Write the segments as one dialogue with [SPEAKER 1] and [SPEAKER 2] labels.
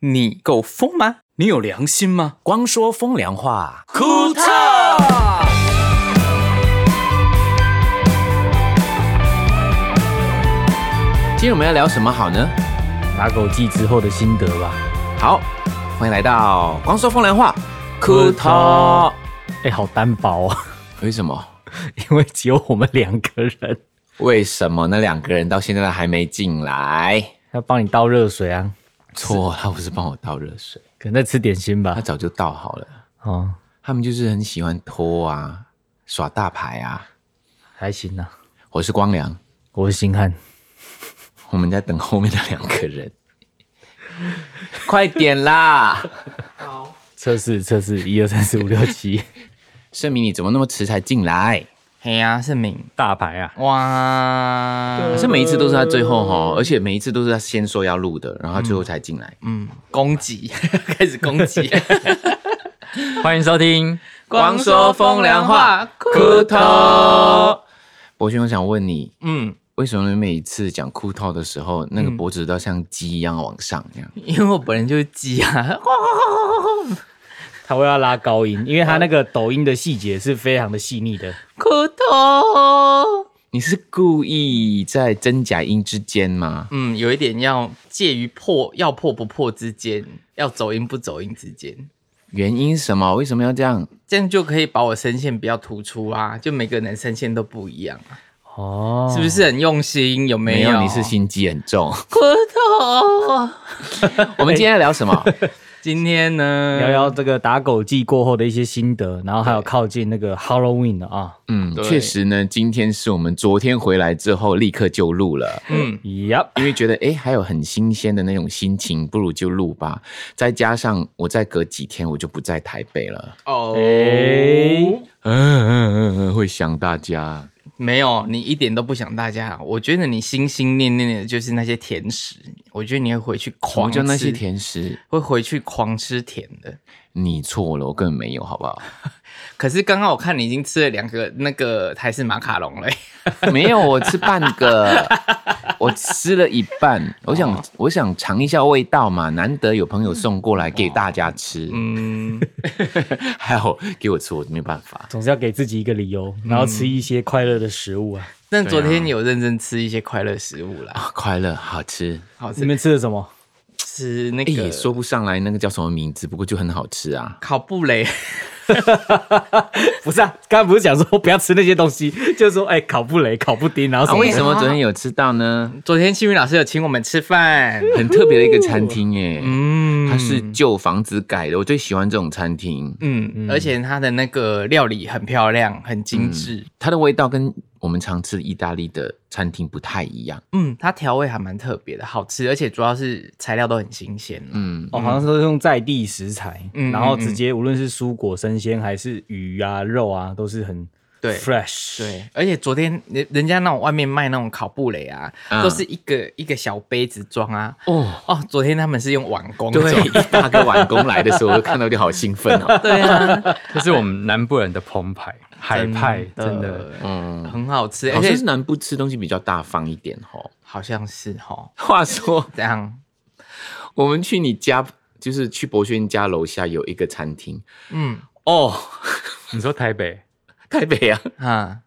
[SPEAKER 1] 你够疯吗？你有良心吗？
[SPEAKER 2] 光说风凉话，
[SPEAKER 1] 库特。
[SPEAKER 2] 今天我们要聊什么好呢？
[SPEAKER 3] 打狗记之后的心得吧。
[SPEAKER 2] 好，欢迎来到光说风凉话，库
[SPEAKER 3] 库
[SPEAKER 2] 特
[SPEAKER 3] 特。哎、好单薄哦，
[SPEAKER 2] 为什么？
[SPEAKER 3] 因为只有我们两个人。
[SPEAKER 2] 为什么那两个人到现在还没进来？
[SPEAKER 3] 要帮你倒热水啊，
[SPEAKER 2] 错，他不是帮我倒热水，
[SPEAKER 3] 可能在吃点心
[SPEAKER 2] 他
[SPEAKER 3] 吧。
[SPEAKER 2] 早就倒好了。
[SPEAKER 3] 哦，
[SPEAKER 2] 他们就是很喜欢拖啊，耍大牌啊。
[SPEAKER 3] 还行啊。
[SPEAKER 2] 我是光良，
[SPEAKER 3] 我是星汉，
[SPEAKER 2] 我们在等后面的两个 人，快点啦！
[SPEAKER 3] 测试测试，一二三四五六七，
[SPEAKER 2] 盛明，你怎么那么迟才进来？
[SPEAKER 1] 嘿呀，盛敏，
[SPEAKER 3] 大牌啊，
[SPEAKER 1] 哇，
[SPEAKER 2] 可是每一次都是他最后哈，而且每一次都是他先说要录的，然后他最后才进来。
[SPEAKER 1] 嗯，攻击， 开始攻击，
[SPEAKER 3] 欢迎收听。
[SPEAKER 2] 光说风凉话，
[SPEAKER 1] 库特，
[SPEAKER 2] 博勋，我想问你，
[SPEAKER 1] 嗯，
[SPEAKER 2] 为什么每一次讲裤套的时候，那个脖子都要像鸡一样往上这样？
[SPEAKER 1] 因为我本人就是鸡啊，
[SPEAKER 3] 他会要拉高音，因为他那个抖音的细节是非常的细腻的。
[SPEAKER 1] 库特，
[SPEAKER 2] 你是故意在真假音之间吗？
[SPEAKER 1] 嗯，有一点要介于破要破不破之间，要走音不走音之间。
[SPEAKER 2] 原因是什么？为什么要这样？
[SPEAKER 1] 这样就可以把我声线比较突出啊，就每个人声线都不一样啊，
[SPEAKER 3] 哦，
[SPEAKER 1] 是不？是很用心？有没有？
[SPEAKER 2] 有，你是心机很重。
[SPEAKER 1] 骨头。
[SPEAKER 2] 我们今天要聊什么？
[SPEAKER 1] 今天呢，
[SPEAKER 3] 聊聊这个打狗记过后的一些心得，然后还有靠近那个 Halloween 了啊。
[SPEAKER 2] 嗯，
[SPEAKER 1] 对
[SPEAKER 2] 确实呢，今天是我们昨天回来之后立刻就录了。
[SPEAKER 1] 嗯，
[SPEAKER 3] Yep，
[SPEAKER 2] 因为觉得诶还有很新鲜的那种心情，不如就录吧。再加上我再隔几天我就不在台北了，
[SPEAKER 1] 哦，
[SPEAKER 3] 哎
[SPEAKER 2] 嗯嗯嗯嗯，会想大家。
[SPEAKER 1] 没有，你一点都不想大家好。我觉得你心心念念的就是那些甜食，我觉得你会回去
[SPEAKER 2] 什么
[SPEAKER 1] 狂吃
[SPEAKER 2] 叫那些，甜食？
[SPEAKER 1] 会回去狂吃甜的。
[SPEAKER 2] 你错了，我根本没有，好不好？
[SPEAKER 1] 可是刚刚我看你已经吃了两个那个台式马卡 龙了，
[SPEAKER 2] 没有，我吃半 个，我吃了一半。我想，我想尝一下味道嘛，难得有朋友送过来给大家吃，
[SPEAKER 1] 嗯，
[SPEAKER 2] 还好给我吃，我没办法。
[SPEAKER 3] 总是要给自己一个理由，然后吃一些快乐的食物啊。
[SPEAKER 1] 但昨天你有认真吃一些快乐食物啦，
[SPEAKER 2] 啊，快乐，好吃。
[SPEAKER 1] 好
[SPEAKER 3] 你
[SPEAKER 1] 吃
[SPEAKER 3] 们吃的什么？
[SPEAKER 1] 吃那
[SPEAKER 2] 哎、
[SPEAKER 1] 个
[SPEAKER 2] 也说不上来那个叫什么名字，不过就很好吃啊。
[SPEAKER 1] 烤布雷，
[SPEAKER 3] 不是啊，刚刚不是讲说不要吃那些东西，就是说哎、烤布雷、烤布丁，然后什
[SPEAKER 2] 啊，
[SPEAKER 3] 么
[SPEAKER 2] 为
[SPEAKER 3] 的、
[SPEAKER 2] 什么昨天有吃到呢？
[SPEAKER 1] 昨天幸运老师有请我们吃饭，
[SPEAKER 2] 很特别的一个餐厅耶，
[SPEAKER 1] 嗯，
[SPEAKER 2] 它是旧房子改的，我最喜欢这种餐厅，
[SPEAKER 1] 嗯，而且它的那个料理很漂亮，很精致。
[SPEAKER 2] 它的味道跟我们常吃的意大利的餐厅不太一样。
[SPEAKER 1] 嗯，它调味还蛮特别的，好吃，而且主要是材料都很新鲜。啊
[SPEAKER 2] 嗯，
[SPEAKER 3] 哦，好像是都是用在地食材，
[SPEAKER 1] 嗯
[SPEAKER 3] 然后直接无论是蔬果、生鲜还是鱼啊、肉啊，都是很
[SPEAKER 1] 对
[SPEAKER 3] fresh。
[SPEAKER 1] 对，而且昨天人人家那种外面卖那种烤布雷啊，
[SPEAKER 2] 嗯
[SPEAKER 1] 都是一个一个小杯子装啊。
[SPEAKER 2] 哦，
[SPEAKER 1] 哦，昨天他们是用碗工
[SPEAKER 2] 对，
[SPEAKER 1] 装。
[SPEAKER 2] 一大个碗工来的时候，我就看到有点好兴奋 哦。
[SPEAKER 1] 对啊，
[SPEAKER 4] 这是我们南部人的澎湃海派，真的。
[SPEAKER 1] 的
[SPEAKER 2] 嗯，
[SPEAKER 1] 很好吃，而
[SPEAKER 2] 好像是
[SPEAKER 1] 且
[SPEAKER 2] 南部吃东西比较大方一点哦。
[SPEAKER 1] 好像是哈，
[SPEAKER 2] 话说，
[SPEAKER 1] 这样，
[SPEAKER 2] 我们去你家，就是去博轩家楼下有一个餐厅
[SPEAKER 1] 嗯
[SPEAKER 2] 哦，
[SPEAKER 4] 你说台北，
[SPEAKER 2] 台北 啊，
[SPEAKER 1] 啊，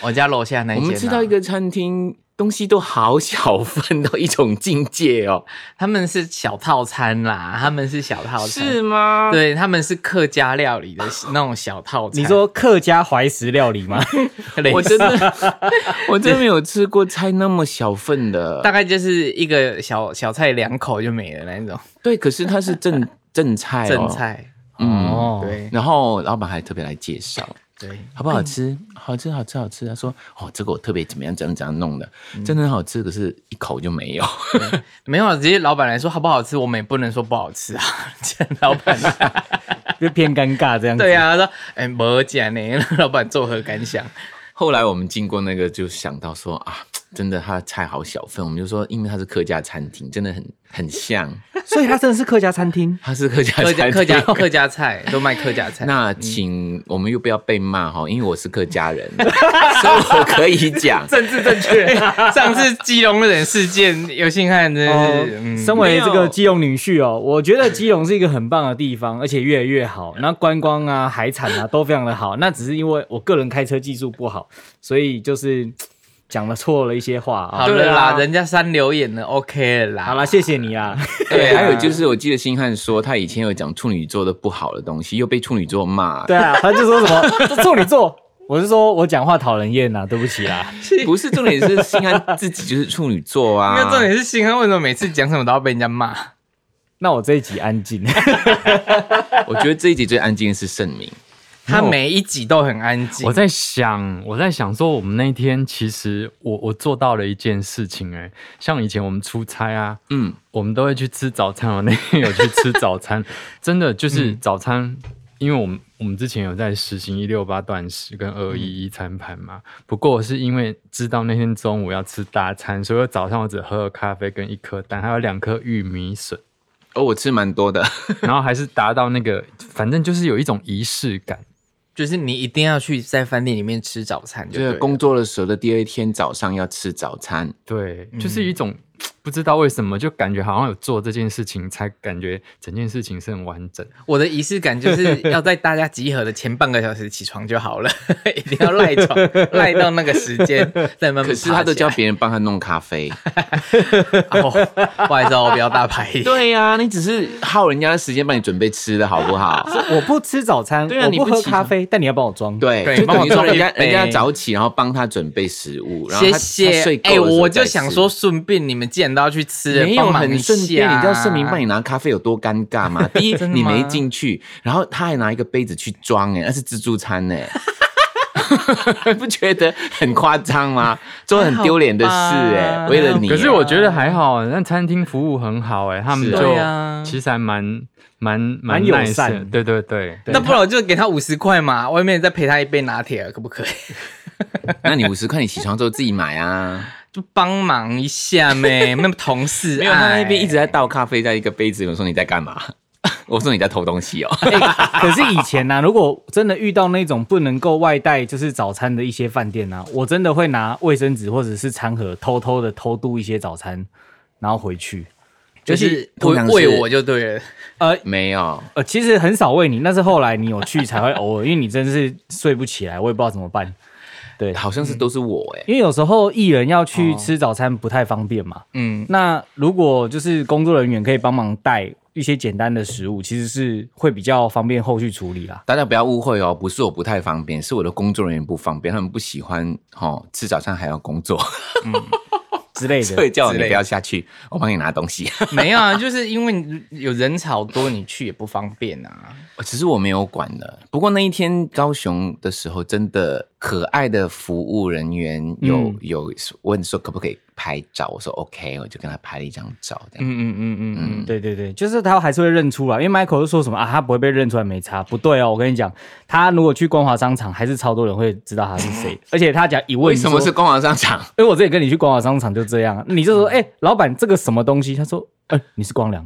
[SPEAKER 1] 我家楼下那一
[SPEAKER 2] 我
[SPEAKER 1] 间啊、
[SPEAKER 2] 们吃到一个餐厅。东西都好小份到一种境界哦，
[SPEAKER 1] 他们是小套餐啦，他们是小套餐，
[SPEAKER 2] 吗？
[SPEAKER 1] 对，他们是客家料理的那种小套餐。
[SPEAKER 3] 你说客家怀石料理吗？
[SPEAKER 1] 类似
[SPEAKER 2] 我真 的， 我真没有吃过菜那么小份的。
[SPEAKER 1] 大概就是一个小小菜两口就没了那种
[SPEAKER 2] 对，可是它是正 正菜、哦，
[SPEAKER 1] 正。菜，
[SPEAKER 2] 嗯，
[SPEAKER 3] 哦，
[SPEAKER 1] 对
[SPEAKER 2] 然后老板还特别来介绍，
[SPEAKER 1] 对，
[SPEAKER 2] 好不好吃？
[SPEAKER 1] 嗯
[SPEAKER 2] 好吃，好吃，好吃。他说：“哦，这个我特别怎么样，怎样怎样弄的，
[SPEAKER 1] 嗯
[SPEAKER 2] 真的很好吃，可是一口就没有。
[SPEAKER 1] 没有，直接老板来说好不好吃，我们也不能说不好吃啊。 这样老板
[SPEAKER 3] 就偏尴尬这样子。
[SPEAKER 1] 对啊，他说哎，没讲呢， 老板作何感想？”
[SPEAKER 2] 后来我们经过那个，就想 到说啊，真的他的菜好小份，我们就说，因为它是客家餐厅，真的很很像，
[SPEAKER 3] 所以它真的是客家餐厅。
[SPEAKER 2] 它是客家
[SPEAKER 1] 客家
[SPEAKER 2] 餐
[SPEAKER 1] 客家嗯
[SPEAKER 2] 厅
[SPEAKER 1] 客家菜都卖客家菜。
[SPEAKER 2] 那请我们又不要被骂哈，因为我是客家 人，所以我可以讲。
[SPEAKER 1] 政治正确。上次基隆的人事件，有幸看真的
[SPEAKER 3] 哦
[SPEAKER 1] 是，，嗯
[SPEAKER 3] 身为这个基隆女婿哦，我觉得基隆是一个很棒的地方，而且越来越好。那观光啊、海产啊都非常的好。那只是因为我个人开车技术不好，所以就是嘖讲了错了一些话啊。
[SPEAKER 1] 好了
[SPEAKER 3] 对
[SPEAKER 1] 啦，
[SPEAKER 3] 啊
[SPEAKER 1] 人家三流眼了，OK 了啦。
[SPEAKER 3] 好啦，谢谢你啊。
[SPEAKER 2] 对，还有就是，我记得星汉说他以前有讲处女座的不好的东西，又被处女座骂。
[SPEAKER 3] 对啊，他就说什么 这处女座，我是说我讲话讨人厌呐，啊对不起啦。
[SPEAKER 2] 不是重点是星汉自己就是处女座啊
[SPEAKER 1] 因。为重点是新安为什么每次讲什么都要被人家骂？
[SPEAKER 3] 那我这一集安静。
[SPEAKER 2] 我觉得这一集最安静的是盛明，
[SPEAKER 1] 他每一集都很安静。
[SPEAKER 4] 我在想，我在想说，我们那天其实我我做到了一件事情、哎，像以前我们出差啊，
[SPEAKER 2] 嗯，
[SPEAKER 4] 我们都会去吃早餐。我那天有去吃早餐，真的就是早餐，因为我们我们之前有在实行一六八断食跟二一一餐盘嘛。不过我是因为知道那天中午要吃大餐，所以我早上我只喝了咖啡跟一颗蛋，还有两颗玉米笋，
[SPEAKER 2] 哦，我吃蛮 多的，
[SPEAKER 4] 然后还是达到那个，反正就是有一种仪式感。
[SPEAKER 1] 就是你一定要去在饭店里面吃早餐，
[SPEAKER 2] 就
[SPEAKER 1] 就是是
[SPEAKER 2] 工作的时候的第二天早上要吃 早餐。
[SPEAKER 4] 对，
[SPEAKER 3] 嗯
[SPEAKER 4] 就是一种不知道为什么，就感觉好像有做这件事情，才感觉整件事情是很完整。
[SPEAKER 1] 我的仪式感就是要在大家集合的前半个小时起床就 好了，一定要赖床赖到那个时间再慢慢爬起来。
[SPEAKER 2] 可是他都叫别人帮他弄 咖啡。
[SPEAKER 1] 哦， 不好意思哦，我比较大牌一点。
[SPEAKER 2] 对呀、你只是耗人家的时间帮你准备吃的好不 好？
[SPEAKER 3] 我不吃早餐，
[SPEAKER 2] 对啊
[SPEAKER 3] 我
[SPEAKER 2] 你
[SPEAKER 3] 不
[SPEAKER 2] 不
[SPEAKER 3] 喝
[SPEAKER 2] 起
[SPEAKER 3] 咖啡，但你要帮我装。
[SPEAKER 2] 对，
[SPEAKER 1] 对
[SPEAKER 2] 就等于说
[SPEAKER 1] 帮我做了
[SPEAKER 2] 人
[SPEAKER 1] 一
[SPEAKER 2] 家
[SPEAKER 1] 杯
[SPEAKER 2] 人家早起，然后帮他准备食物，然后
[SPEAKER 1] 谢
[SPEAKER 2] 他啊他
[SPEAKER 1] 谢
[SPEAKER 2] 睡。
[SPEAKER 1] 哎、
[SPEAKER 2] 够的时候
[SPEAKER 1] 我
[SPEAKER 2] 再
[SPEAKER 1] 就
[SPEAKER 2] 吃
[SPEAKER 1] 想说，，顺便你们既然都要去吃了，
[SPEAKER 2] 没有
[SPEAKER 1] 帮忙
[SPEAKER 2] 很
[SPEAKER 1] 一
[SPEAKER 2] 顺便，
[SPEAKER 1] 下
[SPEAKER 2] 你知道盛明帮你拿咖啡有多尴尬 吗？第一，
[SPEAKER 1] 真的
[SPEAKER 2] 你
[SPEAKER 1] 吗
[SPEAKER 2] 没进去，然后他还拿一个杯子去装，哎，那是自助餐哎。 不觉得很夸张吗？做很丢脸的事哎、
[SPEAKER 1] 还好吧
[SPEAKER 2] 为了你、
[SPEAKER 4] 可是我觉得还好，那餐厅服务很好、哎，他们
[SPEAKER 2] 是
[SPEAKER 4] 就
[SPEAKER 1] 对啊
[SPEAKER 4] 其实还蛮蛮
[SPEAKER 3] 蛮友
[SPEAKER 4] nice 的
[SPEAKER 3] 善
[SPEAKER 4] 对对对。
[SPEAKER 1] 那不然我就给他五十块嘛，外面再赔他一杯拿铁，可不可以？
[SPEAKER 2] 那你五十块，你起床之后自己买啊。
[SPEAKER 1] 就帮忙一下呗，那么同事
[SPEAKER 2] 没有，他
[SPEAKER 1] 爱
[SPEAKER 2] 那边一直在倒咖啡在一个杯子里，我说你在干嘛？ 我说你在偷东西哦。
[SPEAKER 3] 哎可是以前呢、啊如果真的遇到那种不能够外带就是早餐的一些饭店呢、我真的会拿卫生纸或者是餐盒偷偷的偷渡一些早餐，然后回去。
[SPEAKER 1] 就是
[SPEAKER 2] 通常是
[SPEAKER 1] 喂喂我就对 了。
[SPEAKER 3] 呃
[SPEAKER 2] 没有，
[SPEAKER 3] 呃，其实很少喂你，那是后来你有去才会偶尔，因为你真的是睡不起来，我也不知道怎么办。对，
[SPEAKER 2] 好像是都是我哎、
[SPEAKER 3] 因为有时候艺人要去吃早餐不太方便嘛。
[SPEAKER 1] 嗯，
[SPEAKER 3] 那如果就是工作人员可以帮忙带一些简单的食物，其实是会比较方便后续处理啦。
[SPEAKER 2] 大家不要误会哦，不是我不太方便，是我的工作人员不方便，他们不喜欢哦，吃早餐还要工作，
[SPEAKER 3] 之 类
[SPEAKER 2] 所
[SPEAKER 3] 的
[SPEAKER 2] 以。叫
[SPEAKER 1] 之
[SPEAKER 2] 你
[SPEAKER 1] 类的
[SPEAKER 2] 不要下去，我帮你拿东西。
[SPEAKER 1] 没有啊，就是因为你有人潮多，你去也不方便啊。
[SPEAKER 2] 其实我没有管的，不过那一天高雄的时候，真的可爱的服务人员有、
[SPEAKER 3] 嗯
[SPEAKER 2] 有问说可不可以拍照，我说 OK，我就跟他拍了一张照，这样。
[SPEAKER 1] 嗯嗯嗯嗯
[SPEAKER 3] 对对对，就是他还是会认出来，因为 Michael 就说什么啊，他不会被认出来没差，不对哦，我跟你讲，他如果去光华商场，还是超多人会知道他是 谁，而且他讲一问
[SPEAKER 2] 为什么是
[SPEAKER 3] 说？
[SPEAKER 2] 光华商场？
[SPEAKER 3] 哎，我之前跟你去光华商场就这样，你就说哎、老板这个什么东西？他说哎、你是光良，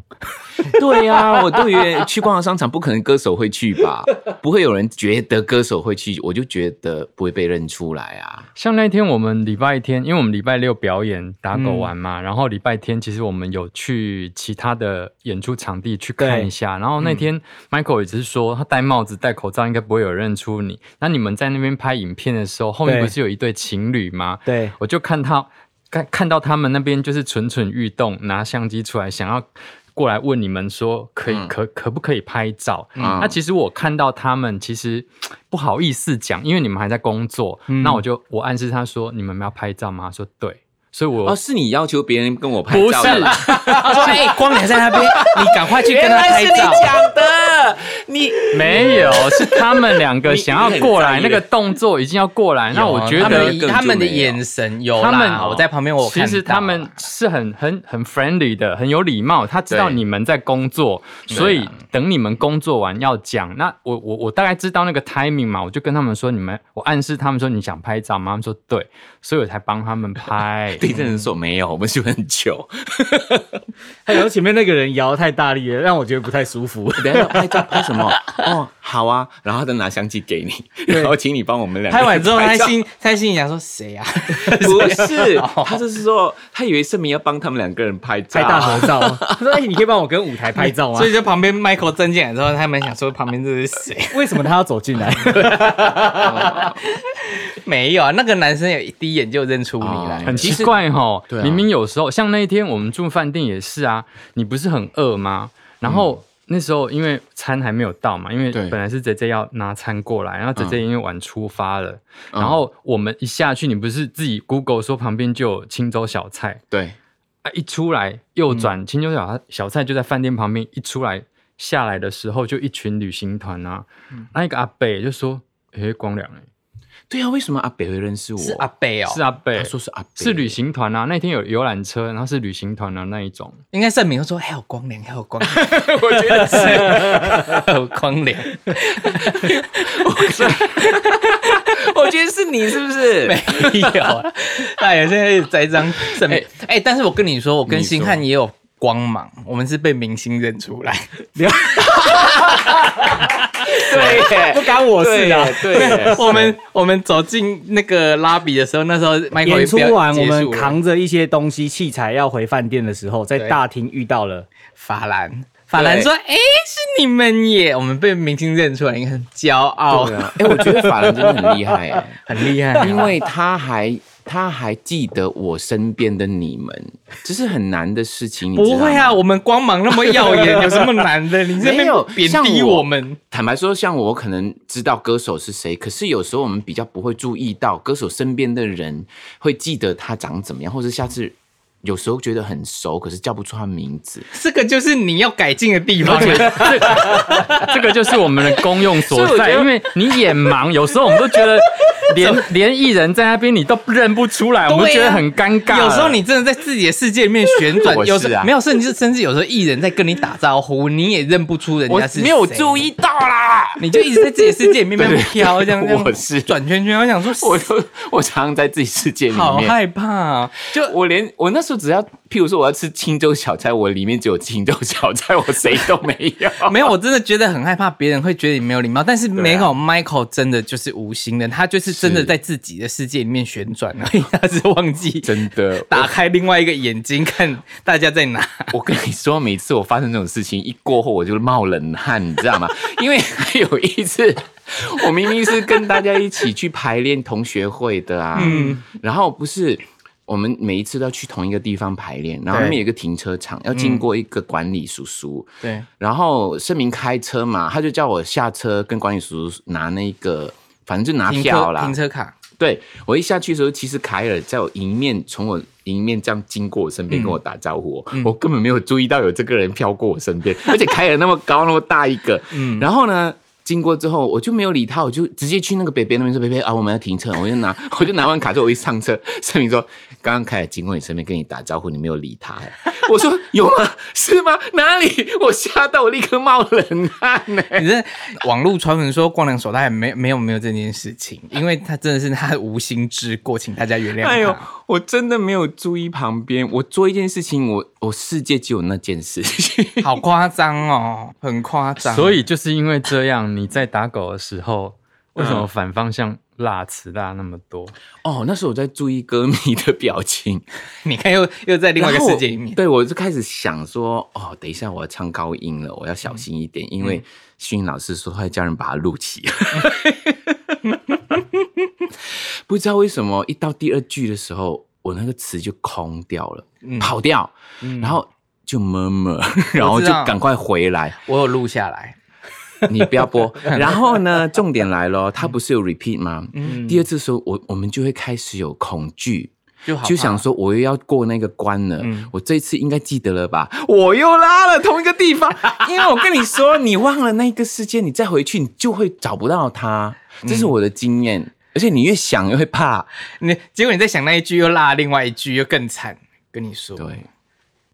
[SPEAKER 2] 对呀、 我都以为去逛商场不可能歌手会去吧，不会有人觉得歌手会去，我就觉得不会被认出来啊。
[SPEAKER 4] 像那天我们礼拜天，因为我们礼拜六表演打
[SPEAKER 3] 嗯
[SPEAKER 4] 狗玩嘛，然后礼拜天其实我们有去其他的演出场地去看一下。然后
[SPEAKER 3] 嗯
[SPEAKER 4] 那天 Michael 也只是说他戴帽子、戴口罩，应该不会有人认出你。那你们在那边拍影片的时候，后面
[SPEAKER 3] 对
[SPEAKER 4] 不是有一对情侣吗？
[SPEAKER 3] 对，
[SPEAKER 4] 我就看到看看到他们那边就是蠢蠢欲动，拿相机出来想要过来问你们说可以、
[SPEAKER 2] 嗯
[SPEAKER 4] 可可不可以拍照？
[SPEAKER 2] 嗯
[SPEAKER 4] 那其实我看到他们其实不好意思讲，因为你们还在工作，
[SPEAKER 2] 嗯
[SPEAKER 4] 那我就我暗示他说你们要拍照吗？他说对，所以我、
[SPEAKER 2] 哦，是你要求别人跟我拍照的？
[SPEAKER 1] 他说：“哎、光良在那边，你赶快去跟他拍照。
[SPEAKER 2] 讲的。
[SPEAKER 1] 你
[SPEAKER 4] 没 有，是他们两个想要过来，那个动作已经要过来。那我
[SPEAKER 2] 啊
[SPEAKER 4] 觉
[SPEAKER 1] 啊他
[SPEAKER 4] 得
[SPEAKER 1] 们以他们的眼神有啦，
[SPEAKER 4] 他们
[SPEAKER 1] 我在旁边我看到啊
[SPEAKER 4] 其实他们是很很很 friendly 的，很有礼貌。他知道
[SPEAKER 2] 对。
[SPEAKER 4] 你们在工作，
[SPEAKER 1] 对啊
[SPEAKER 4] 所以等你们工作完要讲。那我我我大概知道那个 timing 嘛，我就跟他们说，你们我暗示他们说你想拍照吗？他们说对，所以我才帮他们拍
[SPEAKER 2] 地震人说没有，我们修很久。
[SPEAKER 3] 还有前面那个人摇太大力了，让我觉得不太 舒服。
[SPEAKER 2] 等一下拍照拍什么？哦，好啊，然后再拿相机给你，然后请你帮我们两个
[SPEAKER 1] 拍完之后，他
[SPEAKER 2] 拍照
[SPEAKER 1] 心他心里想说谁啊？
[SPEAKER 2] 不是，他就是说他以为盛明要帮他们两个人拍照，
[SPEAKER 3] 拍大合照，他说：“哎、你可以帮我跟舞台拍照 吗
[SPEAKER 1] 所以就旁边 Michael 站进来之后，他们想说旁边这是谁？？”
[SPEAKER 3] 为什么他要走进来？
[SPEAKER 1] 没有啊，那个男生有第一眼就认出你来
[SPEAKER 2] 哦，
[SPEAKER 4] 很
[SPEAKER 2] 其
[SPEAKER 4] 奇
[SPEAKER 2] 实
[SPEAKER 4] 怪哈
[SPEAKER 2] 对，啊
[SPEAKER 4] 明明有时候像那一天我们住饭店也是啊，你不是很饿吗？然后那时候因为餐还没有到嘛，因为
[SPEAKER 2] 嗯对
[SPEAKER 4] 本来是 J J 要拿餐过来，然后 J J 因为晚出发了，
[SPEAKER 2] 嗯
[SPEAKER 4] 然后我们一下去，你不是自己 Google 说旁边就有青州小菜
[SPEAKER 2] 对，
[SPEAKER 4] 啊，一出来右
[SPEAKER 2] 嗯
[SPEAKER 4] 转青州小小菜就在饭店旁边，一出来下来的时候就一群旅行团啊，
[SPEAKER 2] 嗯
[SPEAKER 4] 那一个阿北就说：“诶，光良、欸，
[SPEAKER 2] 对啊，为什么阿北会认识我？
[SPEAKER 1] 是阿贝哦，
[SPEAKER 4] 是阿北。”
[SPEAKER 2] 他说是阿北，
[SPEAKER 4] 是旅行团啊，那天有游览车，然后是旅行团的那一种。
[SPEAKER 1] 应该盛明会说哎还有光良，还有光良， 我觉得是还 有光良，
[SPEAKER 2] 我觉得是你是不是？
[SPEAKER 1] 没有啊，哎呀，现在一直栽赃盛明， 哎，但是我跟你说，我跟
[SPEAKER 2] 你说
[SPEAKER 1] 星汉也有光芒，我们是被明星认出来，
[SPEAKER 2] 对耶，
[SPEAKER 3] 不干我
[SPEAKER 2] 对
[SPEAKER 3] 事啊！
[SPEAKER 2] 耶，对耶，
[SPEAKER 1] 我们我们走进那个拉比的时候，那时候 Michael
[SPEAKER 3] 演
[SPEAKER 1] 也
[SPEAKER 3] 出
[SPEAKER 1] 不要
[SPEAKER 3] 完，我
[SPEAKER 1] 结
[SPEAKER 3] 们
[SPEAKER 1] 束了
[SPEAKER 3] 扛着一些东西器材要回饭店的时候，在
[SPEAKER 1] 对
[SPEAKER 3] 大厅遇到了。
[SPEAKER 1] 法兰。法兰说：“哎、是你们耶！我们被明星认出来，你看很骄傲，
[SPEAKER 2] 对啊，哎，我觉得法兰真的很厉害耶，
[SPEAKER 1] 很厉害。
[SPEAKER 2] 因为他还。他还记得我身边的你们，这是很难的事情，你知道
[SPEAKER 1] 不
[SPEAKER 2] 吗
[SPEAKER 1] 会啊，我们光芒那么耀眼，有什么难的？你这
[SPEAKER 2] 没
[SPEAKER 1] 边啊
[SPEAKER 2] 有
[SPEAKER 1] 贬低
[SPEAKER 2] 像
[SPEAKER 1] 我
[SPEAKER 2] 我
[SPEAKER 1] 们，
[SPEAKER 2] 坦白说，像我可能知道歌手是谁，可是有时候我们比较不会注意到歌手身边的人会记得他长怎么样，或者下次有时候觉得很熟，可是叫不出他名字。
[SPEAKER 1] 这个就是你要改进的地 方。
[SPEAKER 4] 这个就是我们的功用所
[SPEAKER 2] 所以我
[SPEAKER 4] 在，
[SPEAKER 2] 觉得
[SPEAKER 4] 因为你眼盲，有时候我们都觉得 连连艺人在那边你都认不出来，我们
[SPEAKER 1] 对啊
[SPEAKER 4] 觉得很尴尬。
[SPEAKER 1] 有时候你真的在自己的世界里面旋转，
[SPEAKER 2] 我是啊
[SPEAKER 1] 有时候没有，甚至甚至有时候艺人在跟你打招呼，你也认不出人
[SPEAKER 2] 我
[SPEAKER 1] 家是
[SPEAKER 2] 没有
[SPEAKER 1] 谁
[SPEAKER 2] 注，意到啦，
[SPEAKER 1] 你就一直在自己的世 界里面慢慢飘，这样这样
[SPEAKER 2] 我是
[SPEAKER 1] 转圈圈。我想说，
[SPEAKER 2] 我就我常常在自己世界里
[SPEAKER 1] 好
[SPEAKER 2] 面。
[SPEAKER 1] 害怕、啊，就
[SPEAKER 2] 我连我那时候只要，譬如说我要吃青州小菜，我里面只有青州小菜，我谁都没有。
[SPEAKER 1] 没有，我真的觉得很害怕别人会觉得你没有礼貌。但是没有、Michael 真的就是无心的，他就是真的在自己的世界里面旋转而已， 他是忘记
[SPEAKER 2] 真的，
[SPEAKER 1] 打开另外一个眼睛看大家在哪。
[SPEAKER 2] 我跟你说，每次我发生这种事情一过后，我就冒冷汗，你知道吗？因为还有一次，我明明是跟大家一起去排练同学会的啊，
[SPEAKER 1] 嗯
[SPEAKER 2] 然后不是我们每一次都要去同一个地方排练，然后
[SPEAKER 1] 对嗯
[SPEAKER 2] 那边有一个停车场，要经过一个管理叔叔，
[SPEAKER 1] 对，
[SPEAKER 2] 然后盛明开车嘛，他就叫我下车跟管理叔叔拿那个，反正就拿
[SPEAKER 1] 停
[SPEAKER 2] 票
[SPEAKER 1] 车
[SPEAKER 2] 啦
[SPEAKER 1] 停。车卡，
[SPEAKER 2] 对我一下去的时候，其实凯尔在我迎面从我迎面这样经过我身边，跟我打招呼、我根本没有注意到有这个人飘过我身边，而且凯尔那么高那么大一个，嗯，然后呢？经过之后，我就没有理他，我就直接去那个北北那边说：“北北啊，我们要停车。”我就拿， 我就拿完卡之后，我一上车，盛明说：“刚刚凯尔经过你身边跟你打招呼，你没有理他。” 我说：“有吗？是吗？哪里？” 我吓到，我立刻冒冷汗呢、
[SPEAKER 1] 你这网络传闻说光良手袋没没有没有这件事情，因为他真的是他无心之过，请大家原谅他。
[SPEAKER 2] 哎呦，我真的没有注意旁边。我做一件事情，我我世界只有那件事 情。
[SPEAKER 1] 好夸张哦，很夸张。
[SPEAKER 4] 所以就是因为这样，你在打狗的时候，为什么反方向辣词辣那么多？
[SPEAKER 2] 哦，那时候我在注意歌迷的表情，
[SPEAKER 1] 你看又又在 另外一个世界里
[SPEAKER 2] 然后
[SPEAKER 1] 面
[SPEAKER 2] 我。对，我就开始想说，哦，等一下我要唱高音了，我要小心一点，
[SPEAKER 1] 嗯
[SPEAKER 2] 因为训老师说他叫人把它录起。 不知道为什么，一到第二句的时候，我那个词就空掉了，
[SPEAKER 1] 嗯
[SPEAKER 2] 跑掉，然后就 murmur，然后就赶快回来。
[SPEAKER 1] 我有录下来，
[SPEAKER 2] 你不 要播。然后呢，
[SPEAKER 1] 嗯
[SPEAKER 2] 重点来了，他不是有 repeat 吗？第二次的时候，我我们就会开始有恐惧，
[SPEAKER 1] 就好怕
[SPEAKER 2] 就想说我又要过那个关了，
[SPEAKER 1] 嗯
[SPEAKER 2] 我这次应该记得了吧？我又拉了同一个地方，因为我跟你说，你忘了那个事件，你再回去你就会找不到它，这
[SPEAKER 1] 嗯
[SPEAKER 2] 是我的经验。而且你越想越会怕，
[SPEAKER 1] 你，结果你在想那一句又落另外一句，又更惨。跟你说，
[SPEAKER 2] 对，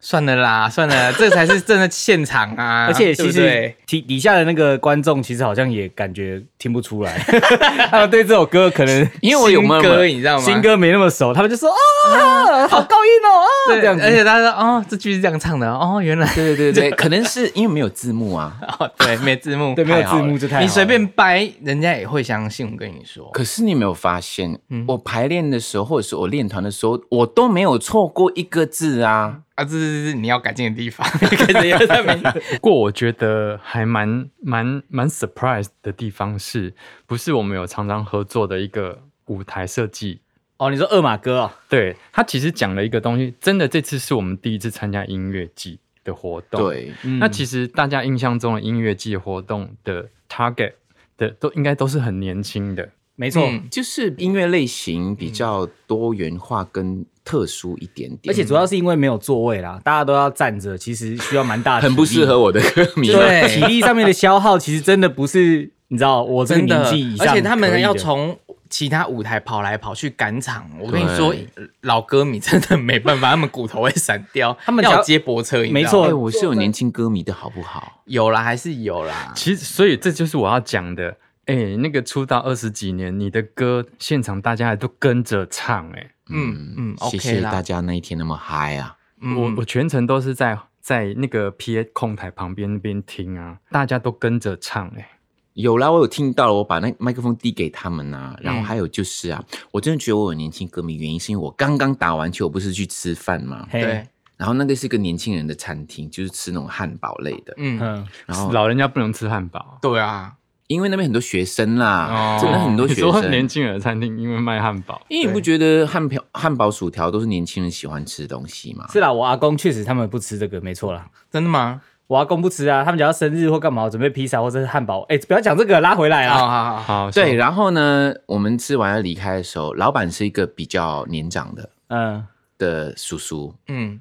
[SPEAKER 1] 算了啦，算了，这才是 真的现场啊！
[SPEAKER 3] 而
[SPEAKER 1] 对
[SPEAKER 3] 且其
[SPEAKER 1] 不
[SPEAKER 3] 实
[SPEAKER 1] 对
[SPEAKER 3] 底底下的那个观众其实好像也感觉听不出来， 他们对这首歌可能
[SPEAKER 2] 因为我有
[SPEAKER 1] 新
[SPEAKER 2] 妈妈
[SPEAKER 1] 歌，你知道吗？
[SPEAKER 3] 新歌没那么熟，他们就说啊，好高音哦，啊
[SPEAKER 1] 对
[SPEAKER 3] 这样
[SPEAKER 1] 而
[SPEAKER 3] 子。
[SPEAKER 1] 且大家说哦，这句是这样唱的哦，原来
[SPEAKER 2] 对对对对，可能是因为没有字幕啊。
[SPEAKER 1] 哦，对，没字幕，
[SPEAKER 3] 对，没有字
[SPEAKER 2] 太好
[SPEAKER 3] 幕
[SPEAKER 2] 了
[SPEAKER 3] 就太好了
[SPEAKER 1] 你随便掰，人家也会相信。我跟你说，
[SPEAKER 2] 可是你有没有发现，我排练的时候，或者是我练团的时候，我都没有错过一个字啊。
[SPEAKER 1] 啊，这是是你要改进的地方， 开始又在没
[SPEAKER 4] 不过我觉得还蛮蛮蛮 surprise 的地方是，不是我们有常常合作的一个舞台设计？
[SPEAKER 3] 哦，你说二马哥哦，
[SPEAKER 4] 对他其实讲了一个东西，真的这次是我们第一次参加音乐季的活动。，
[SPEAKER 2] 对，
[SPEAKER 1] 嗯
[SPEAKER 4] 那其实大家印象中的音乐季活动的 target 的都应该都是很年轻的。
[SPEAKER 3] 没错，
[SPEAKER 1] 嗯
[SPEAKER 2] 就是音乐类型比较多元化跟特殊一点点，
[SPEAKER 3] 而且主要是因为没有座位啦，大家都要站着，其实需要蛮大的，
[SPEAKER 2] 很不适合。我的歌迷。
[SPEAKER 1] 对
[SPEAKER 3] 体力上面的消耗，其实真的不是你知道我这个
[SPEAKER 1] 真
[SPEAKER 3] 年
[SPEAKER 1] 的
[SPEAKER 3] 纪以，上
[SPEAKER 1] 而
[SPEAKER 3] 可以的，
[SPEAKER 1] 且他们要从其他舞台跑来跑去赶场。我跟你说，老歌迷真的没办法，他们骨头会散掉，他
[SPEAKER 3] 们只要
[SPEAKER 1] 要接驳车，你知道吗
[SPEAKER 3] 没错
[SPEAKER 2] 哎，我是有年轻歌迷的好不好？
[SPEAKER 1] 有啦，还是有啦。
[SPEAKER 4] 其实，所以这就是我要讲的。哎、那个出道二十几年，你的歌现场大家还都跟着唱、哎、
[SPEAKER 1] 嗯嗯
[SPEAKER 2] 谢
[SPEAKER 1] ，OK
[SPEAKER 2] 谢大
[SPEAKER 1] 啦，
[SPEAKER 2] 家那一天那么嗨啊！
[SPEAKER 1] 嗯
[SPEAKER 4] 我我全程都是在在那个 P A 控台旁边那边听啊，大家都跟着唱、哎，
[SPEAKER 2] 有啦，我有听到了，我把那麦克风递给他们呐、然后还有就是啊，我真的觉得我有年轻歌迷，原因是因为我刚刚打完球，我不是去吃饭嘛，
[SPEAKER 3] 嘿
[SPEAKER 1] 对，，
[SPEAKER 2] 然后那个是一个年轻人的餐厅，就是吃那种汉堡类的，
[SPEAKER 1] 嗯，
[SPEAKER 3] 嗯，
[SPEAKER 2] 然后
[SPEAKER 4] 老人家不能吃汉堡。
[SPEAKER 1] 对啊，
[SPEAKER 2] 因为那边很多学生啦，
[SPEAKER 1] 哦
[SPEAKER 2] 真的很多
[SPEAKER 4] 你
[SPEAKER 2] 学
[SPEAKER 4] 说
[SPEAKER 2] 生。
[SPEAKER 4] 年轻人的餐厅因为卖汉堡，
[SPEAKER 2] 因为你不觉得汉堡、汉堡、薯条都是年轻人喜欢吃的东西吗？
[SPEAKER 3] 是啦，我阿公确实他们不吃这个，没错啦。
[SPEAKER 1] 真的吗？
[SPEAKER 3] 我阿公不吃啊，他们只要生日或干嘛，我准备披萨或者是汉堡。哎、不要讲这个，拉回来
[SPEAKER 1] 好
[SPEAKER 3] 啊。
[SPEAKER 1] 好好，
[SPEAKER 4] 好
[SPEAKER 2] 对，，然后呢，我们吃完要离开的时候，老板是一个比较年长的
[SPEAKER 3] 嗯，
[SPEAKER 2] 的叔叔，
[SPEAKER 1] 嗯，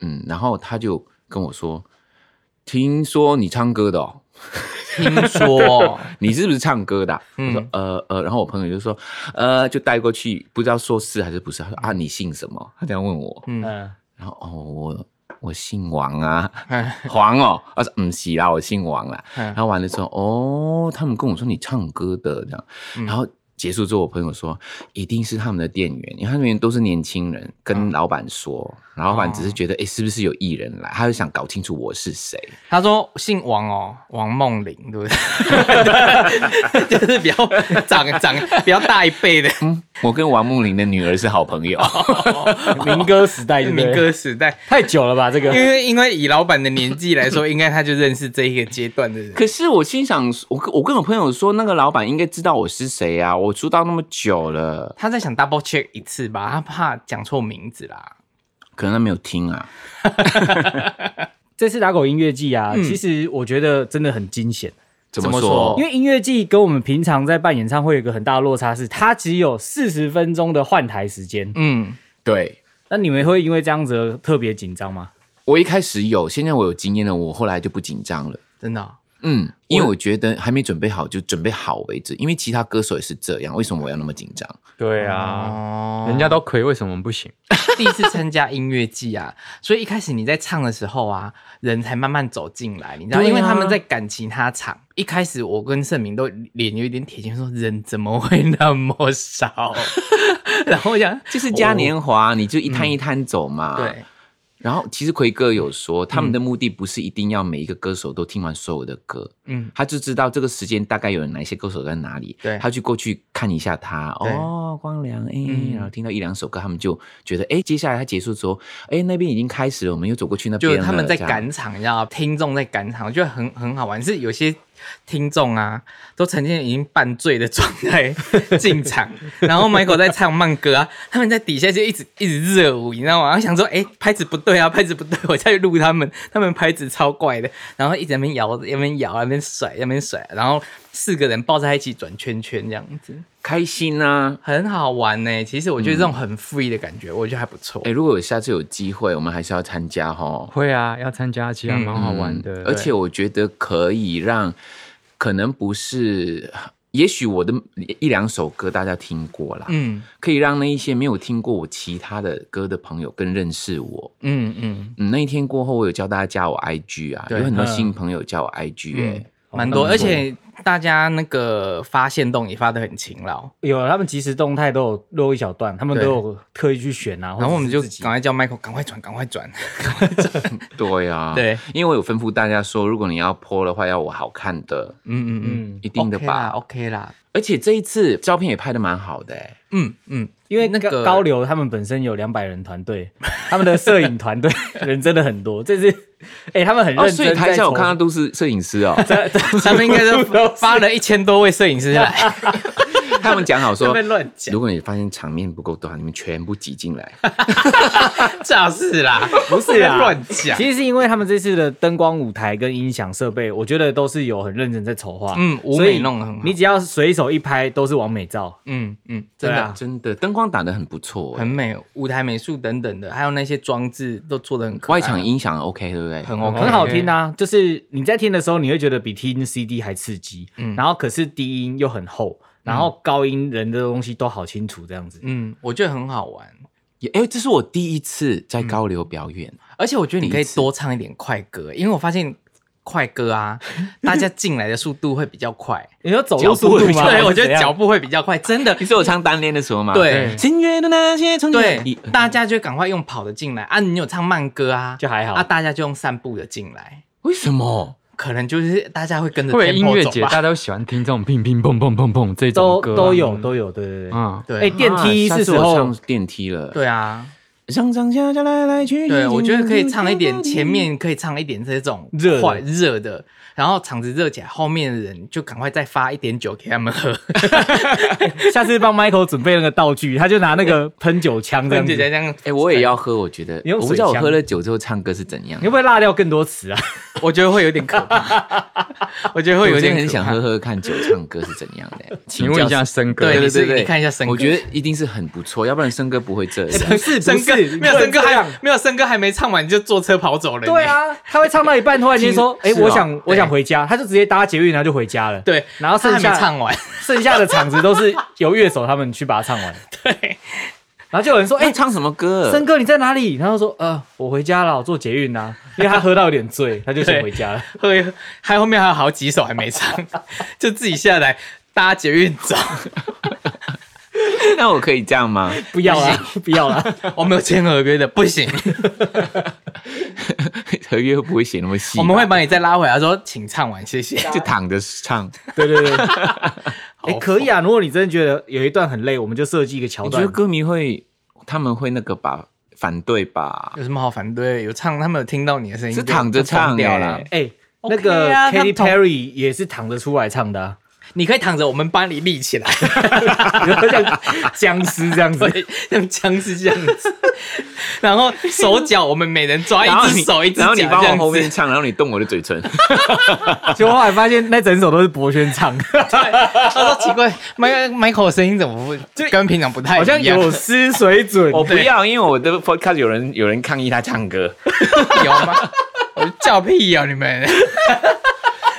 [SPEAKER 2] 嗯，然后他就跟我说：“听说你唱歌的、哦，
[SPEAKER 1] 听说 哦
[SPEAKER 2] 你是不是唱歌的啊、
[SPEAKER 1] 嗯
[SPEAKER 2] 我说：“呃呃。”然后我朋友就说：“呃，就带过去，不知道说是还是不是。”他说：“啊，你姓什么？”他这样问我，
[SPEAKER 1] 嗯
[SPEAKER 3] 嗯，
[SPEAKER 2] 然后哦，我我姓王啊，
[SPEAKER 1] 哎
[SPEAKER 2] 黄哦，他说：“嗯，是啦，我姓王啦。”
[SPEAKER 1] 嗯
[SPEAKER 2] 然后完了之后，哦，他们跟我说你唱歌的这样，然后结束之后，我朋友说一定是他们的店员，因为他们都是年轻人，跟老板说，然后老板只是觉得哎、诶是不是有艺人来，他就想搞清楚我是谁，
[SPEAKER 1] 他说姓王哦，王梦玲，对不对？ 就是比较长长比较大一辈 的
[SPEAKER 2] 嗯，我跟王梦玲的女儿是好朋友，
[SPEAKER 3] 嗯民歌时代对不对
[SPEAKER 1] 民歌时代。
[SPEAKER 3] 太久了吧？这
[SPEAKER 1] 因
[SPEAKER 3] 个
[SPEAKER 1] 为因为以老板的年纪来说，应该他就认识这一个阶段的人。
[SPEAKER 2] 可是我心想，我跟我跟我朋友说，那个老板应该知道我是谁啊，我出道那么久了，
[SPEAKER 1] 他在想 double check 一次吧，他怕讲错名字啦。
[SPEAKER 2] 可能他没有听啊，
[SPEAKER 3] 这次打狗音乐季啊，其实我觉得真的很惊险，
[SPEAKER 2] 怎
[SPEAKER 1] 么
[SPEAKER 2] 么
[SPEAKER 1] 说
[SPEAKER 2] 说？
[SPEAKER 3] 因为音乐季跟我们平常在办演唱会有一个很大的落差是，它只有四十分钟的换台时间。
[SPEAKER 1] 嗯，
[SPEAKER 2] 对。
[SPEAKER 3] 那你们会因为这样子而特别紧张吗？
[SPEAKER 2] 我一开始有，现在我有经验了，我后来就不紧张了。
[SPEAKER 1] 真的哦、
[SPEAKER 2] 嗯，因为我觉得还没准备好就准备好为止，因为其他歌手也是这样，为什么我要那么紧张？
[SPEAKER 4] 对啊，
[SPEAKER 1] 哦
[SPEAKER 4] 人家都可以，为什么不行？
[SPEAKER 1] 第一次参加音乐季啊，所以一开始你在唱的时候啊，人才慢慢走进来，你知道，
[SPEAKER 2] 对啊
[SPEAKER 1] 因为他们在赶其他场。一开始我跟盛明都脸有一点铁青，说人怎么会那么少？ 然后我想，
[SPEAKER 2] 就是嘉年华，你就一摊一摊走嘛。。
[SPEAKER 1] 对，
[SPEAKER 2] 然后其实奎哥有说，他们的目的不是一定要每一个歌手都听完所有的歌，
[SPEAKER 1] 嗯
[SPEAKER 2] 嗯，他就知道这个时间大概有哪一些歌手在哪里，
[SPEAKER 1] 对
[SPEAKER 2] 他就过去看一下他，
[SPEAKER 1] 对
[SPEAKER 2] 哦，光良，哎、
[SPEAKER 1] 嗯
[SPEAKER 2] 然后听到一两首歌，他们就觉得，哎，接下来他结束之后，哎，那边已经开始了，我们又走过去那边
[SPEAKER 1] 就
[SPEAKER 2] 了，
[SPEAKER 1] 他们在
[SPEAKER 2] 这样
[SPEAKER 1] 赶场，你知道，听众在赶场，我觉得很很好玩。是有些听众啊，都曾经已经半醉的状态进 场，然后 Michael 在唱慢歌啊，他们在底下就一直一直热舞，你知道吗？然后想说，哎、拍子不对啊，拍子不对，我 再录他们，他们拍子超怪的，然后一直在那边摇，在那边摇，在那边甩，在那边甩，然后四个人抱在一起转圈圈这样子，
[SPEAKER 2] 开心啊！
[SPEAKER 1] 很好玩呢、其实我觉得
[SPEAKER 2] 嗯
[SPEAKER 1] 这种很 free 的感觉，我觉得还不错。
[SPEAKER 2] 哎、如果有下次有机会，我们还是要参加哈。
[SPEAKER 4] 会啊，要参加，其实还蛮好玩的，
[SPEAKER 2] 嗯而且我觉得可以让，可能不是，也许我的一两首歌大家听过啦，
[SPEAKER 1] 嗯
[SPEAKER 2] 可以让那一些没有听过我其他的歌的朋友更认识我。
[SPEAKER 1] 嗯嗯，
[SPEAKER 2] 嗯，那一天过后，我有教大家加我 IG 啊，
[SPEAKER 1] 对
[SPEAKER 2] 有很多
[SPEAKER 3] 嗯
[SPEAKER 2] 新朋友加我 IG 哎、
[SPEAKER 1] 蛮多，
[SPEAKER 2] 那
[SPEAKER 1] 而
[SPEAKER 2] 不错
[SPEAKER 1] 且大家那个发现动也发的很勤劳，
[SPEAKER 3] 有啊他们即时动态都有露一小段，他们都
[SPEAKER 1] 对
[SPEAKER 3] 有特意去选啊，
[SPEAKER 1] 然后我们就
[SPEAKER 3] 或者是自己
[SPEAKER 1] 赶快叫 Michael 赶快转，赶快转。
[SPEAKER 2] 对啊，
[SPEAKER 1] 对，
[SPEAKER 2] 因为我有吩咐大家说，如果你要 po 的话，要我好看的，
[SPEAKER 1] 嗯嗯嗯，
[SPEAKER 4] 嗯，
[SPEAKER 2] 一定的
[SPEAKER 1] OK
[SPEAKER 2] 吧。
[SPEAKER 1] 啦，OK 啦，
[SPEAKER 2] 而且这一次照片也拍的蛮好的、欸，
[SPEAKER 1] 嗯嗯，
[SPEAKER 3] 因为那
[SPEAKER 1] 那
[SPEAKER 3] 个
[SPEAKER 1] 个
[SPEAKER 3] 高流他们本身有两百人团队，他们的摄影团 队人真的很多，这是哎、他们很认
[SPEAKER 2] 哦，
[SPEAKER 3] 真
[SPEAKER 2] 所以台
[SPEAKER 3] 在
[SPEAKER 2] 下
[SPEAKER 3] 筹
[SPEAKER 2] 我看到都是摄影师哦，
[SPEAKER 1] 他们应该都发了一千多位摄影师下来，
[SPEAKER 2] 他们讲好
[SPEAKER 1] 在
[SPEAKER 2] 说
[SPEAKER 1] 那，边乱讲，
[SPEAKER 2] 如果你发现场面不够大，你们全部挤 进来。
[SPEAKER 1] 就是啦，
[SPEAKER 3] 不是啊，
[SPEAKER 1] 乱讲。
[SPEAKER 3] 其实是因为他们这次的灯光、舞台跟音响设备，我觉得都是有很认真在筹划，
[SPEAKER 1] 嗯舞
[SPEAKER 3] 所以
[SPEAKER 1] 美弄得很好
[SPEAKER 3] 你只要随手一拍都是完美照，
[SPEAKER 1] 嗯嗯，
[SPEAKER 2] 真
[SPEAKER 3] 对
[SPEAKER 2] 的、
[SPEAKER 3] 啊，
[SPEAKER 2] 真的，灯光打得很不错、
[SPEAKER 1] 很美，舞台美术等等的，还有那些装置都做的很可爱
[SPEAKER 2] 外场音响 OK 对不对？
[SPEAKER 1] 很
[SPEAKER 4] 很
[SPEAKER 1] OK，
[SPEAKER 3] 很好听啊。就是你在听的时候，你会觉得比听 CD 还刺激，
[SPEAKER 1] 嗯
[SPEAKER 3] 然后可是低音又很厚，然后高音人的东西都好清楚，这样子。
[SPEAKER 1] 嗯，我觉得很好玩，
[SPEAKER 2] 也
[SPEAKER 1] 哦
[SPEAKER 2] 哎、这是我第一次在高流表演，
[SPEAKER 1] 而且我觉得你可以多唱一点快歌，因为我发现快歌啊，大家进来的速度会比较快，
[SPEAKER 3] 你说走路速
[SPEAKER 2] 脚步
[SPEAKER 3] 度
[SPEAKER 2] 比较
[SPEAKER 3] 吗？
[SPEAKER 1] 对，我觉
[SPEAKER 3] 还是怎
[SPEAKER 1] 得
[SPEAKER 3] 样啊
[SPEAKER 1] 脚步会比较快，真的
[SPEAKER 2] 你。是我唱单恋的时候吗？，
[SPEAKER 1] 对
[SPEAKER 2] 心愿的那些从前
[SPEAKER 1] 对，大家就赶快用跑的进来啊！你有唱慢歌啊，
[SPEAKER 3] 就还好
[SPEAKER 1] 啊，大家就用散步的进来，
[SPEAKER 2] 为什么？
[SPEAKER 1] 可能就是大家会跟着
[SPEAKER 4] 会不会音
[SPEAKER 1] tempo
[SPEAKER 4] 乐
[SPEAKER 1] 走
[SPEAKER 4] 节
[SPEAKER 1] 吧
[SPEAKER 4] 大家都喜欢听这种乒乒砰砰砰砰这
[SPEAKER 3] 都
[SPEAKER 4] 种歌啊，
[SPEAKER 3] 都有都有，对对对。
[SPEAKER 4] 嗯，
[SPEAKER 1] 对，
[SPEAKER 3] 哎，电梯
[SPEAKER 2] 啊
[SPEAKER 3] 是
[SPEAKER 2] 下次
[SPEAKER 3] 时
[SPEAKER 2] 我
[SPEAKER 3] 候
[SPEAKER 2] 唱电梯了。，
[SPEAKER 1] 对啊，
[SPEAKER 2] 上上下下来来去去。
[SPEAKER 3] 哎
[SPEAKER 1] 对，我觉得可以唱一点，前面可以唱一点这种
[SPEAKER 3] 热的
[SPEAKER 1] 快热的，然后场子热起来，后面的人就赶快再发一点酒给他们喝，
[SPEAKER 3] 下次帮 Michael 准备那个道具，他就拿那个喷酒枪 这样子
[SPEAKER 1] 姐，姐 这样，
[SPEAKER 2] 哎、我也要喝，我觉得
[SPEAKER 3] 你用
[SPEAKER 2] 我
[SPEAKER 3] 水
[SPEAKER 2] 不知道我
[SPEAKER 3] 枪
[SPEAKER 2] 喝了酒之后唱歌是怎样
[SPEAKER 3] 你会。不会落掉更多词啊？
[SPEAKER 1] 我觉得会有点可怕， 我觉得会
[SPEAKER 2] 我
[SPEAKER 1] 有点
[SPEAKER 2] 真的很
[SPEAKER 1] 可
[SPEAKER 2] 想
[SPEAKER 1] 怕
[SPEAKER 2] 喝。喝看酒唱歌是怎样的。请
[SPEAKER 4] 请问
[SPEAKER 2] 教
[SPEAKER 4] 一下森哥，
[SPEAKER 1] 对
[SPEAKER 2] 对
[SPEAKER 1] 你是
[SPEAKER 2] 对对，
[SPEAKER 1] 你看一下森哥
[SPEAKER 2] 我觉得一定是很不错，要不然森哥 不会这样。
[SPEAKER 3] 不是
[SPEAKER 1] 森哥没有森哥
[SPEAKER 3] 还
[SPEAKER 1] 还没有森哥还没唱完就坐车跑走了，
[SPEAKER 3] 对，啊，他会唱到一半，突然间 说：“哎，
[SPEAKER 2] 是哦
[SPEAKER 3] 我想我
[SPEAKER 1] 对
[SPEAKER 3] 想回家。”他就直接搭捷运，然后就回家了。
[SPEAKER 1] 对，
[SPEAKER 3] 然后
[SPEAKER 1] 他还
[SPEAKER 3] 剩
[SPEAKER 1] 没
[SPEAKER 3] 下
[SPEAKER 1] 唱完，
[SPEAKER 3] 剩下的场子都是由乐手他们去把它唱完。
[SPEAKER 1] 对，
[SPEAKER 3] 然后就有人说：“
[SPEAKER 2] 哎、
[SPEAKER 3] 哎，
[SPEAKER 2] 唱什么歌？
[SPEAKER 3] 森哥你在哪里？”然后说：“呃，我回家了，我坐捷运呐。”因为他喝到有点 醉，他就先回家了。
[SPEAKER 1] 喝一喝，还后面还有好几首还没唱， 就自己下来搭捷运走，
[SPEAKER 2] 那我可以这样吗？
[SPEAKER 3] 不要啦，不要啦。
[SPEAKER 1] 我们有签合约的，不行，
[SPEAKER 2] 合约会不会写那么细？
[SPEAKER 1] 我们会把你再拉回来，说请唱完，谢谢。
[SPEAKER 2] 就躺着唱。
[SPEAKER 3] 对对 对，哎，可以啊。如果你真的觉得有一段很累，我们就设计一个桥
[SPEAKER 2] 我觉得
[SPEAKER 3] 段。
[SPEAKER 2] 歌迷会他们会那个吧，反对吧？
[SPEAKER 1] 有什么好反对？有唱，他们有听到你的声音，
[SPEAKER 2] 是
[SPEAKER 1] 就
[SPEAKER 2] 躺着
[SPEAKER 1] 就疯
[SPEAKER 2] 唱
[SPEAKER 1] 掉
[SPEAKER 2] 欸
[SPEAKER 1] 了。
[SPEAKER 3] 哎，
[SPEAKER 1] OK
[SPEAKER 3] 那
[SPEAKER 1] 啊他
[SPEAKER 3] 个 Katy
[SPEAKER 1] 同
[SPEAKER 3] Perry 也是躺着出来唱的啊，
[SPEAKER 1] 你可以躺着，我们帮你立起来，
[SPEAKER 3] 然后像僵尸这样子。
[SPEAKER 1] 对，像僵尸这样子。 然后手脚，我们每人抓
[SPEAKER 2] 哎然后
[SPEAKER 1] 一只
[SPEAKER 2] 你
[SPEAKER 1] 手，一只
[SPEAKER 2] 然
[SPEAKER 1] 脚
[SPEAKER 2] 后你帮
[SPEAKER 1] 这
[SPEAKER 2] 我
[SPEAKER 1] 样
[SPEAKER 2] 后面
[SPEAKER 1] 子，
[SPEAKER 2] 唱，然后你动我的嘴唇。
[SPEAKER 3] 啊结果后来发现那整首都是博轩唱，
[SPEAKER 1] 他说奇怪，Michael Michael 的声音怎么不就跟平常不太
[SPEAKER 3] 好
[SPEAKER 1] 一
[SPEAKER 3] 像
[SPEAKER 1] 样？
[SPEAKER 3] 有失水 准。
[SPEAKER 2] 我不要，因为我的 podcast 有人有人抗议他唱歌。
[SPEAKER 1] 有吗？我就叫屁呀、你们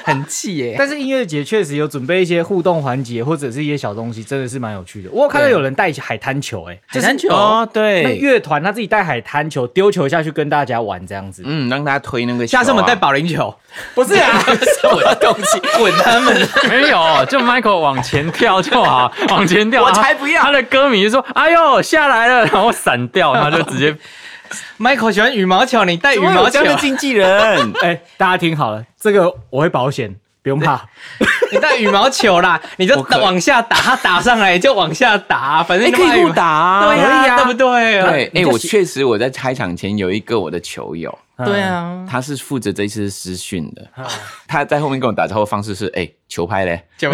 [SPEAKER 1] 很气耶、
[SPEAKER 3] 但是音乐节确实有准备一些互动环节或者是一些小东西，真的是蛮有趣的。我有看到有人带海滩球、欸，哎，
[SPEAKER 1] 海滩球
[SPEAKER 2] 哦，
[SPEAKER 3] 那
[SPEAKER 2] 对，
[SPEAKER 3] 乐团他自己带海滩球丢球下去跟大家玩这样子，
[SPEAKER 2] 嗯，让他推那个球啊。
[SPEAKER 1] 下次我们带保龄球，
[SPEAKER 3] 不是 啊？
[SPEAKER 1] 是我的东西，滚他们！
[SPEAKER 4] 没有，就 Michael 往前跳就好， 往前跳。
[SPEAKER 2] 我才不要
[SPEAKER 4] 他的歌迷就说：“哎呦，下来了！”然后闪掉，他就直接
[SPEAKER 1] Michael 喜欢羽毛球，你带羽
[SPEAKER 2] 羽毛
[SPEAKER 1] 毛球
[SPEAKER 2] 球，的经纪人。
[SPEAKER 3] 哎、大家听好了，这个我会保险，不用怕。
[SPEAKER 1] 你带羽毛球啦，你就
[SPEAKER 2] 我可以
[SPEAKER 1] 往下打，它打上来就往下打，反正
[SPEAKER 2] 哎，
[SPEAKER 1] 就
[SPEAKER 2] 可以
[SPEAKER 1] 爱
[SPEAKER 2] 互
[SPEAKER 1] 羽
[SPEAKER 2] 打啊，
[SPEAKER 1] 对
[SPEAKER 3] 可以
[SPEAKER 1] 呀、
[SPEAKER 3] 啊
[SPEAKER 1] 对不对？
[SPEAKER 2] 对，哎、
[SPEAKER 3] 你就
[SPEAKER 2] 我
[SPEAKER 3] 喜
[SPEAKER 2] 确实我在开场前有一个我的球友，
[SPEAKER 1] 对啊，
[SPEAKER 2] 他是负责这一次私讯的，他在后面跟我打招呼的方式是：哎、球拍嘞，
[SPEAKER 1] 就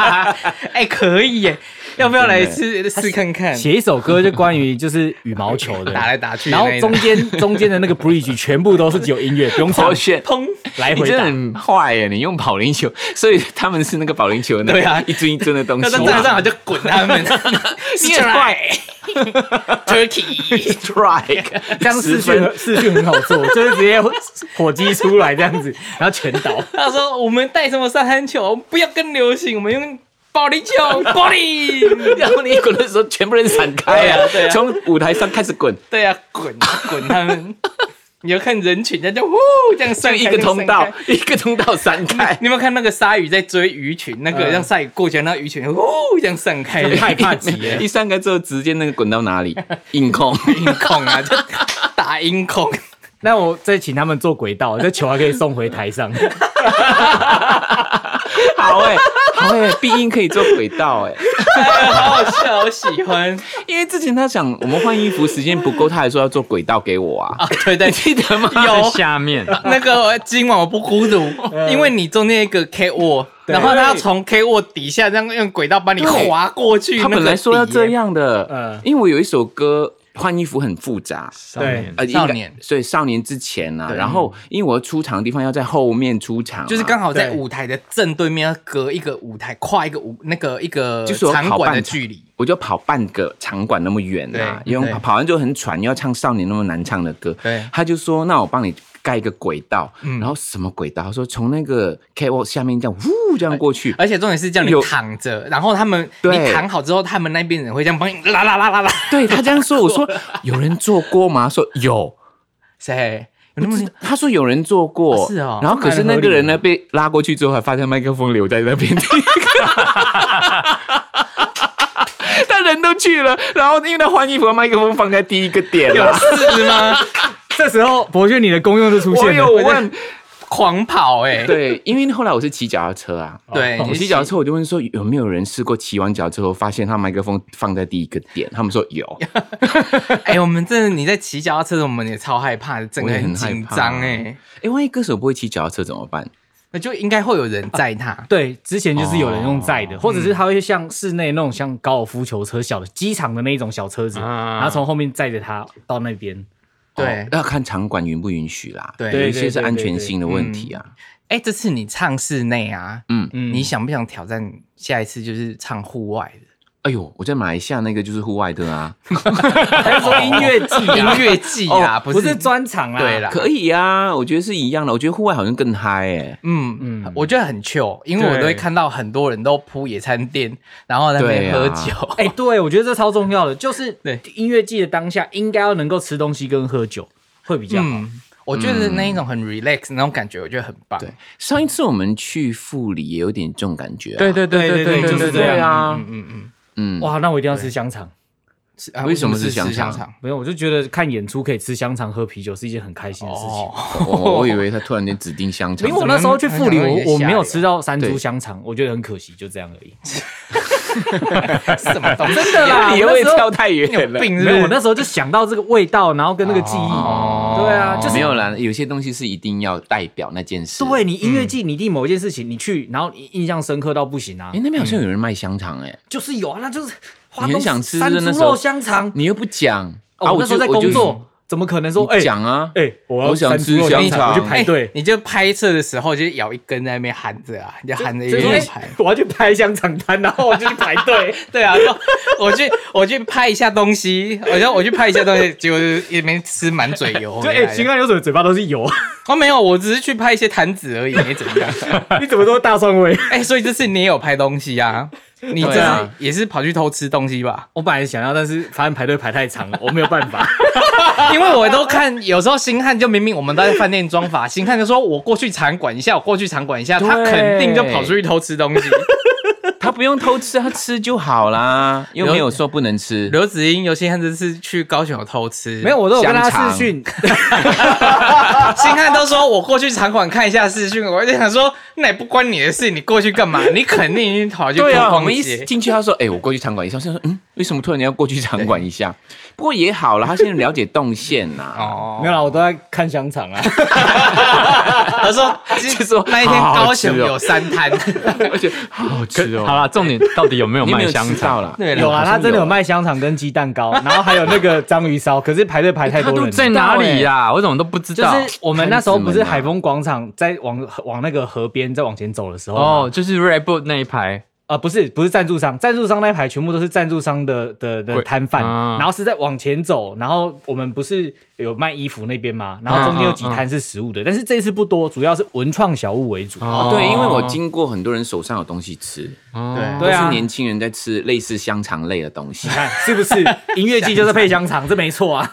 [SPEAKER 1] 哎可以耶，要不要来试试看看？
[SPEAKER 3] 嗯写一首歌就关于就是羽毛球的，
[SPEAKER 1] 打来打去的
[SPEAKER 3] 然后
[SPEAKER 1] 那一种，
[SPEAKER 3] 中间 中间的那个 bridge 全部都是只有音乐，不用唱
[SPEAKER 2] 我选。
[SPEAKER 1] 砰，
[SPEAKER 3] 来
[SPEAKER 2] 哦你
[SPEAKER 3] 回
[SPEAKER 2] 真的
[SPEAKER 3] 打。
[SPEAKER 2] 很坏耶！你用保龄球，所以他们是那个保龄球那个
[SPEAKER 1] 对啊
[SPEAKER 2] 一尊一尊的东
[SPEAKER 1] 要
[SPEAKER 2] 西。
[SPEAKER 1] 是站上来就滚他们
[SPEAKER 2] 你很坏
[SPEAKER 1] ，Turkey，
[SPEAKER 2] ，strike，
[SPEAKER 3] 这样视讯视讯很好做， 就是直接火鸡出来这样子，然后全倒。
[SPEAKER 1] 他说我们带什么沙滩球，不要跟流行，我们用保龄球，保龄，
[SPEAKER 2] 然后你一滚的时候，全部人闪 开啊
[SPEAKER 1] 对啊对！啊
[SPEAKER 2] 从舞台上开始滚，
[SPEAKER 1] 对啊，滚滚他 们，你要看人群，人家就呼这样
[SPEAKER 2] 就
[SPEAKER 1] 上
[SPEAKER 2] 一个通。
[SPEAKER 1] 这样
[SPEAKER 2] 道哎
[SPEAKER 1] 散开，
[SPEAKER 2] 一个通道闪 开。
[SPEAKER 1] 你有没有看那个鲨鱼在追鱼群？那个
[SPEAKER 3] 嗯
[SPEAKER 1] 让鲨鱼过去，那鱼群呼这样散开，
[SPEAKER 3] 害怕极了
[SPEAKER 2] 一散开之后，直接那个滚到哪 里？硬空。
[SPEAKER 1] 音控啊， 就打音控。
[SPEAKER 3] 那我再请他们做轨道，这球还可以送回台上。
[SPEAKER 2] 好哎、好哎、必应可以做轨道哎、
[SPEAKER 1] 哎好好笑，我喜 欢。
[SPEAKER 2] 因为之前他想我们换衣服时间不够，他还说要做轨道给我啊，
[SPEAKER 1] 啊对对，
[SPEAKER 2] 记得吗？嗯
[SPEAKER 4] 在
[SPEAKER 1] 有
[SPEAKER 4] 下面，
[SPEAKER 1] 那个今晚我不孤独，因为你中间一个 K 卧，然后他从 K 卧底下这样用轨道把你滑过去。
[SPEAKER 2] 他本来说要这，样的，
[SPEAKER 3] 嗯
[SPEAKER 2] 因为我有一首歌换衣服很复杂，
[SPEAKER 4] 上面
[SPEAKER 2] 呃，应
[SPEAKER 1] 少
[SPEAKER 2] 该
[SPEAKER 1] 年
[SPEAKER 2] 所以少年之前啊，
[SPEAKER 1] 对
[SPEAKER 2] 然后因为我出场的地方要在后面出场啊、
[SPEAKER 1] 就是刚好在
[SPEAKER 3] 对
[SPEAKER 1] 舞台的正对面，要隔一个舞台，跨一个舞那个一个
[SPEAKER 2] 就是我
[SPEAKER 1] 场
[SPEAKER 2] 跑
[SPEAKER 1] 馆
[SPEAKER 2] 半
[SPEAKER 1] 的
[SPEAKER 2] 场
[SPEAKER 1] 距离。
[SPEAKER 2] 我就跑半个场馆那么远啊，
[SPEAKER 1] 对
[SPEAKER 2] 因为
[SPEAKER 1] 对
[SPEAKER 2] 跑跑完就很喘，又要唱少年那么难唱的歌。
[SPEAKER 1] 对
[SPEAKER 2] 他就说：“那我帮你盖一个轨道。然后什么轨道？他说从那个 K O 下面这样呜这样过去。
[SPEAKER 1] 而且重点是叫你
[SPEAKER 2] 有
[SPEAKER 1] 躺着，然后他们
[SPEAKER 2] 对
[SPEAKER 1] 你躺好之后，他们那边人会这样帮你拉拉拉拉拉。
[SPEAKER 2] 对他这样说，我说有人做过吗？他说有。
[SPEAKER 1] 谁？有那么
[SPEAKER 2] 他说有人做过，
[SPEAKER 1] 啊是哦
[SPEAKER 2] 然后可是那个人呢，被拉过去之后，还发现麦克风留在那边。他人都去了，然后因为他换衣服，麦克风放在第一个点啊了。
[SPEAKER 1] 是吗？
[SPEAKER 3] 这时候博轩你的功用就出
[SPEAKER 2] 我
[SPEAKER 3] 现
[SPEAKER 2] 有
[SPEAKER 3] 了。
[SPEAKER 2] 问，
[SPEAKER 1] 狂跑哎、
[SPEAKER 2] 对，因为后来我是骑脚踏车啊，
[SPEAKER 1] 对，
[SPEAKER 2] 我
[SPEAKER 1] 你
[SPEAKER 2] 骑脚踏车，我就问说有没有人试过骑完脚之后发现他麦克风放在第一个点，他们说有，
[SPEAKER 1] 哎、我们真的你在骑脚踏车的时候，我们也超害怕的，整个
[SPEAKER 2] 我也很害
[SPEAKER 1] 紧
[SPEAKER 2] 怕
[SPEAKER 1] 张
[SPEAKER 2] 啊
[SPEAKER 1] 哎，
[SPEAKER 2] 哎，万一歌手不会骑脚踏车怎么办？
[SPEAKER 1] 那就应该会有人载他。
[SPEAKER 3] 对，之前就是有人用载的，或者是他会像室内那种像高尔夫球车小的机场的那种小车子，
[SPEAKER 4] 啊
[SPEAKER 3] 然后从后面载着他到那边。
[SPEAKER 1] 对，
[SPEAKER 2] 哦
[SPEAKER 1] 哎、
[SPEAKER 2] 要看场馆允不允许啦，
[SPEAKER 1] 对
[SPEAKER 2] 有一些
[SPEAKER 3] 对对
[SPEAKER 2] 是
[SPEAKER 3] 对
[SPEAKER 2] 安
[SPEAKER 3] 对
[SPEAKER 2] 全
[SPEAKER 3] 对
[SPEAKER 2] 性的问题啊，
[SPEAKER 1] 哎这次你唱室内啊，
[SPEAKER 2] 嗯，
[SPEAKER 3] 嗯
[SPEAKER 1] 你想不想挑战下一次就是唱户外的？
[SPEAKER 2] 哎呦，我在马来西亚那个就是户外的 啊，
[SPEAKER 3] 还是说音乐季啊？
[SPEAKER 1] 音乐季啊，
[SPEAKER 3] 不
[SPEAKER 1] 不
[SPEAKER 3] 是专场啦。
[SPEAKER 1] 对啦，
[SPEAKER 2] 可以啊，我觉得是一样的，我觉得户外好像更嗨哎、
[SPEAKER 1] 嗯嗯，我觉得很 chill，因为我都会
[SPEAKER 4] 对
[SPEAKER 1] 看到很多人都铺野餐垫，然后在那边
[SPEAKER 2] 对啊
[SPEAKER 1] 喝酒。
[SPEAKER 3] 哎、对，我觉得这超重要的，就是
[SPEAKER 1] 对
[SPEAKER 3] 音乐季的当下应该要能够吃东西跟喝酒会比较好。
[SPEAKER 1] 嗯，我觉得那一种很 relax 那种感觉，我觉得很棒。
[SPEAKER 2] 对，上一次我们去富里也有点这种感觉、啊，
[SPEAKER 4] 对对对对
[SPEAKER 3] 对
[SPEAKER 4] 对，
[SPEAKER 3] 就是
[SPEAKER 4] 对
[SPEAKER 3] 这
[SPEAKER 4] 对
[SPEAKER 3] 样
[SPEAKER 2] 啊，
[SPEAKER 1] 嗯嗯嗯
[SPEAKER 2] 嗯，
[SPEAKER 3] 哇，那我一定要吃香肠。
[SPEAKER 1] 是啊，
[SPEAKER 2] 为什么是
[SPEAKER 1] 香
[SPEAKER 2] 香肠
[SPEAKER 1] 肠？
[SPEAKER 3] 没有，我就觉得看演出可以吃香肠、喝啤酒是一件很开心的事情。
[SPEAKER 1] 哦，
[SPEAKER 2] 我我以为他突然间指定香肠
[SPEAKER 3] 因为，我那时候去富里，
[SPEAKER 1] 怎么哎
[SPEAKER 3] 我我没有吃到山
[SPEAKER 2] 对
[SPEAKER 3] 猪香肠，我觉得很可惜，就这样而 已。
[SPEAKER 1] 什么东西啊？真
[SPEAKER 3] 对啦，我
[SPEAKER 2] 也
[SPEAKER 3] 那
[SPEAKER 2] 会
[SPEAKER 3] 时候
[SPEAKER 2] 跳太远了。
[SPEAKER 1] 病是不
[SPEAKER 3] 没
[SPEAKER 1] 是
[SPEAKER 3] 有，我那时候就想到这个味道，然后跟那个记忆，
[SPEAKER 2] 哦
[SPEAKER 3] 对啊，就是
[SPEAKER 2] 没有啦，有些东西是一定要代表那件事。
[SPEAKER 3] 对你
[SPEAKER 1] 嗯
[SPEAKER 3] 音乐季，你一定某一件事情，你去，然后你印象深刻到不行啊
[SPEAKER 1] 嗯
[SPEAKER 2] 哎、，那边好像有人卖香肠哎、
[SPEAKER 3] 就是有啊，那就是花
[SPEAKER 2] 你很
[SPEAKER 3] 东
[SPEAKER 2] 想吃
[SPEAKER 3] 山
[SPEAKER 2] 那
[SPEAKER 3] 猪
[SPEAKER 2] 时候
[SPEAKER 3] 肉香肠。
[SPEAKER 2] 你又不讲啊
[SPEAKER 3] 哦，我那时候在工，作，怎么可能说
[SPEAKER 2] 我就
[SPEAKER 3] 哎
[SPEAKER 2] 你讲啊，
[SPEAKER 3] 哎，我要
[SPEAKER 2] 我想
[SPEAKER 3] 山
[SPEAKER 2] 吃
[SPEAKER 3] 猪肉
[SPEAKER 2] 香
[SPEAKER 3] 肠，
[SPEAKER 2] 肠
[SPEAKER 3] 我去排
[SPEAKER 1] 哎
[SPEAKER 3] 队，
[SPEAKER 1] 你就拍摄的时候就咬一根在那边含着啊，你就含着一
[SPEAKER 3] 所以说
[SPEAKER 1] 边
[SPEAKER 3] 哎
[SPEAKER 1] 拍。
[SPEAKER 3] 我要去拍香肠摊，然后我就去排队。
[SPEAKER 1] 对啊，说我去 我去拍一下东西，我就我去拍一下东西，结果就是也没吃满嘴油。
[SPEAKER 3] 就
[SPEAKER 1] 回
[SPEAKER 3] 哎，
[SPEAKER 1] 来
[SPEAKER 3] 秦汉有水 嘴巴都是油，
[SPEAKER 1] 哦没有，我只是去拍一些坛子而已，没怎么样。
[SPEAKER 3] 你怎么都是大蒜味？
[SPEAKER 1] 哎，所以这次你也有拍东西啊？你这
[SPEAKER 2] 对啊
[SPEAKER 1] 是也是跑去偷吃东西吧？
[SPEAKER 3] 我本来想要，但是发现排队排太长了，我没有办法。
[SPEAKER 1] 因为我都看，有时候星汉就明明我们都在饭店装法，星汉就说我过去场馆一下，我过去场馆一下，他
[SPEAKER 2] 对
[SPEAKER 1] 肯定就跑出去偷吃东西。
[SPEAKER 2] 他不用偷吃，他吃就好 啦，又
[SPEAKER 1] 刘
[SPEAKER 2] 没有说不能吃。
[SPEAKER 1] 刘子英、尤星汉这次去高雄有偷吃，
[SPEAKER 3] 没有，我都有跟他
[SPEAKER 2] 香肠
[SPEAKER 3] 视讯，
[SPEAKER 1] 星汉都说我过去场馆看一下视讯，我就想说那也不关你的事，你过去干嘛？你肯定已经跑去
[SPEAKER 2] 对
[SPEAKER 1] 逛
[SPEAKER 2] 啊，我
[SPEAKER 1] 逛
[SPEAKER 2] 们一
[SPEAKER 1] 街。
[SPEAKER 2] 进去，他说：“哎、我过去场馆一下。”我想说：“嗯，为什么突然间要过去场馆一下？ 不过也好了，他现在了解动线啊 呐、
[SPEAKER 1] 哦
[SPEAKER 3] 没有啦，我都在看香肠 啊。
[SPEAKER 1] 他 说，
[SPEAKER 2] 就说
[SPEAKER 1] 那一天
[SPEAKER 2] 好好
[SPEAKER 1] 高
[SPEAKER 2] 吃
[SPEAKER 1] 雄
[SPEAKER 2] 哦
[SPEAKER 1] 有三摊，
[SPEAKER 2] 而且好好
[SPEAKER 4] 可
[SPEAKER 2] 吃哦。
[SPEAKER 4] 好啦，重点到底有没有
[SPEAKER 2] 你有没
[SPEAKER 4] 卖
[SPEAKER 2] 有
[SPEAKER 4] 香
[SPEAKER 2] 吃到
[SPEAKER 4] 肠？
[SPEAKER 2] 啦？
[SPEAKER 1] 对
[SPEAKER 3] 有
[SPEAKER 1] 了，
[SPEAKER 3] 啦，
[SPEAKER 2] 好像
[SPEAKER 3] 他真
[SPEAKER 2] 有
[SPEAKER 3] 的有啊卖香肠跟鸡蛋糕，然后还有那个章鱼烧，哎可是排队排太
[SPEAKER 4] 它
[SPEAKER 3] 多人了。
[SPEAKER 4] 都在哪里呀、我怎么都不知
[SPEAKER 3] 欸就
[SPEAKER 4] 道？
[SPEAKER 3] 是我们啊那时啊候不是海丰广场，在往往那个河边再往前走的时候，
[SPEAKER 4] 哦
[SPEAKER 3] 哦，，
[SPEAKER 4] 就是 Red Bull 那一排，
[SPEAKER 3] 啊，不是不是赞助商，赞助商那一排全部都是赞助商的的的
[SPEAKER 4] 贵
[SPEAKER 3] 摊贩，
[SPEAKER 4] 啊
[SPEAKER 3] 然后是在往前走，然后我们不是有卖衣服那边嘛，然后中间有
[SPEAKER 2] 嗯
[SPEAKER 3] 几摊是食物的，但是这一次不多，主要是文创小物为主。
[SPEAKER 2] 哦，对，因为我经过很多人手上有东西吃，
[SPEAKER 4] 哦
[SPEAKER 3] 对啊
[SPEAKER 2] 都是年轻人在吃类似香肠类的东西
[SPEAKER 3] 你，看是不 是音乐季就是配香肠，这没错啊。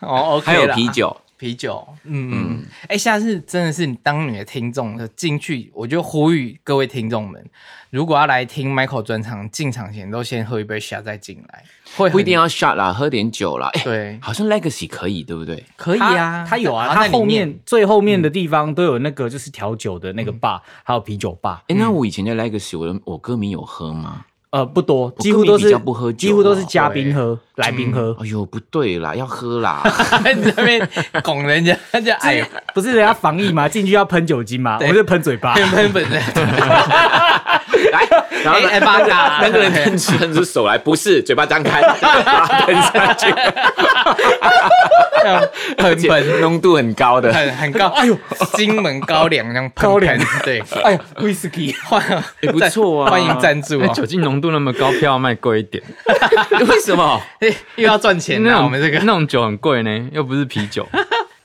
[SPEAKER 1] 哦，OK
[SPEAKER 2] 还有
[SPEAKER 1] 啦
[SPEAKER 2] 啤酒。
[SPEAKER 1] 啤酒，嗯嗯，哎、下次真的是当你的听众进去，我就呼吁各位听众们，如果要来听 Michael 专场，进场前都先喝一杯下再进来，会很
[SPEAKER 2] 不一定要 shot 啦，喝点酒啦。哎、
[SPEAKER 1] 对
[SPEAKER 2] 好像 Legacy 可以，对不对？
[SPEAKER 1] 可以啊，
[SPEAKER 3] 他有啊，
[SPEAKER 1] 然
[SPEAKER 3] 他
[SPEAKER 1] 在里
[SPEAKER 3] 后面最后面
[SPEAKER 2] 嗯
[SPEAKER 3] 的地方都有那个就是调酒的那个吧，还有啤酒吧。
[SPEAKER 2] 哎、那我以前在 Legacy，我的我歌迷有喝吗？
[SPEAKER 3] 呃，不多，
[SPEAKER 2] 我
[SPEAKER 3] 几乎都
[SPEAKER 2] 根本比
[SPEAKER 3] 是
[SPEAKER 2] 较不喝酒
[SPEAKER 3] 几乎都是
[SPEAKER 2] 哦
[SPEAKER 3] 嘉宾喝、来宾喝。
[SPEAKER 2] 哎呦，不对啦，要喝 啦。
[SPEAKER 1] 在那边拱人家，就哎呀，
[SPEAKER 3] 不是人家防疫嘛，进去要喷酒精嘛，我们就喷 嘴巴。
[SPEAKER 1] 喷喷粉的，
[SPEAKER 2] 来，然后
[SPEAKER 1] 哎哎八嘎
[SPEAKER 2] 那个人伸出伸出手来，不是啊嘴巴张开， 把它喷下去， 而
[SPEAKER 1] 喷
[SPEAKER 2] 且
[SPEAKER 1] 喷，
[SPEAKER 2] 浓度很高的。
[SPEAKER 1] 很很高，哎呦，金门高粱这样喷
[SPEAKER 3] 高粱
[SPEAKER 1] 喷， 对，
[SPEAKER 3] 哎呀，威士忌，
[SPEAKER 1] 欢
[SPEAKER 2] 也不错啊
[SPEAKER 1] 欢迎赞助
[SPEAKER 4] 那
[SPEAKER 1] 哦
[SPEAKER 4] 哎酒，精浓度那么高，票要卖贵一点。
[SPEAKER 2] 为什么？
[SPEAKER 1] 哎又要赚钱
[SPEAKER 4] 那
[SPEAKER 1] 啊，
[SPEAKER 4] 种
[SPEAKER 1] 我们这个
[SPEAKER 4] 那种酒很贵呢，又不是啤酒。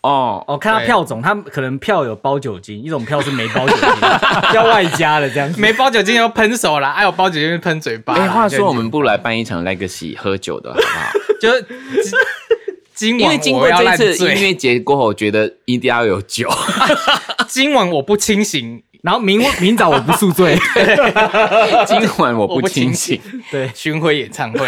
[SPEAKER 2] 哦，
[SPEAKER 3] 哦，看他
[SPEAKER 1] 对
[SPEAKER 3] 票种，他可能票有包酒精，一种票是没包 酒精，要外加的这样子。
[SPEAKER 1] 没包酒精要喷手啦，哎，有包酒精就喷嘴巴啦。
[SPEAKER 2] 哎，话说我
[SPEAKER 1] 们。
[SPEAKER 2] 们不如来办一场 Legacy 喝酒的好不好？
[SPEAKER 1] 就是今今
[SPEAKER 2] 因为
[SPEAKER 1] 晚
[SPEAKER 2] 经
[SPEAKER 1] 我
[SPEAKER 2] 过
[SPEAKER 1] 要
[SPEAKER 2] 这
[SPEAKER 1] 烂
[SPEAKER 2] 一次音
[SPEAKER 1] 醉，
[SPEAKER 2] 乐节过后，我觉得一定要有 酒。
[SPEAKER 1] 今晚我不清醒，
[SPEAKER 3] 然后明明早我不宿 醉，
[SPEAKER 2] 今晚我
[SPEAKER 1] 我
[SPEAKER 2] 不清醒。。
[SPEAKER 3] 对，
[SPEAKER 1] 巡回演唱 会，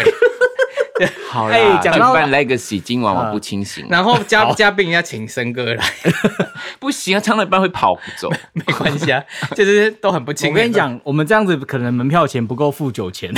[SPEAKER 2] 好啦，
[SPEAKER 3] 哎讲
[SPEAKER 2] 举
[SPEAKER 3] 到
[SPEAKER 2] 办 Legacy，今晚我不清醒。那
[SPEAKER 1] 然后嘉嘉宾要请森哥来，
[SPEAKER 2] 不行啊，唱到一半会跑走。
[SPEAKER 1] 没关系啊，就是都很不清。
[SPEAKER 3] 我跟你，讲，我们这样子可能门票钱不够付 酒钱，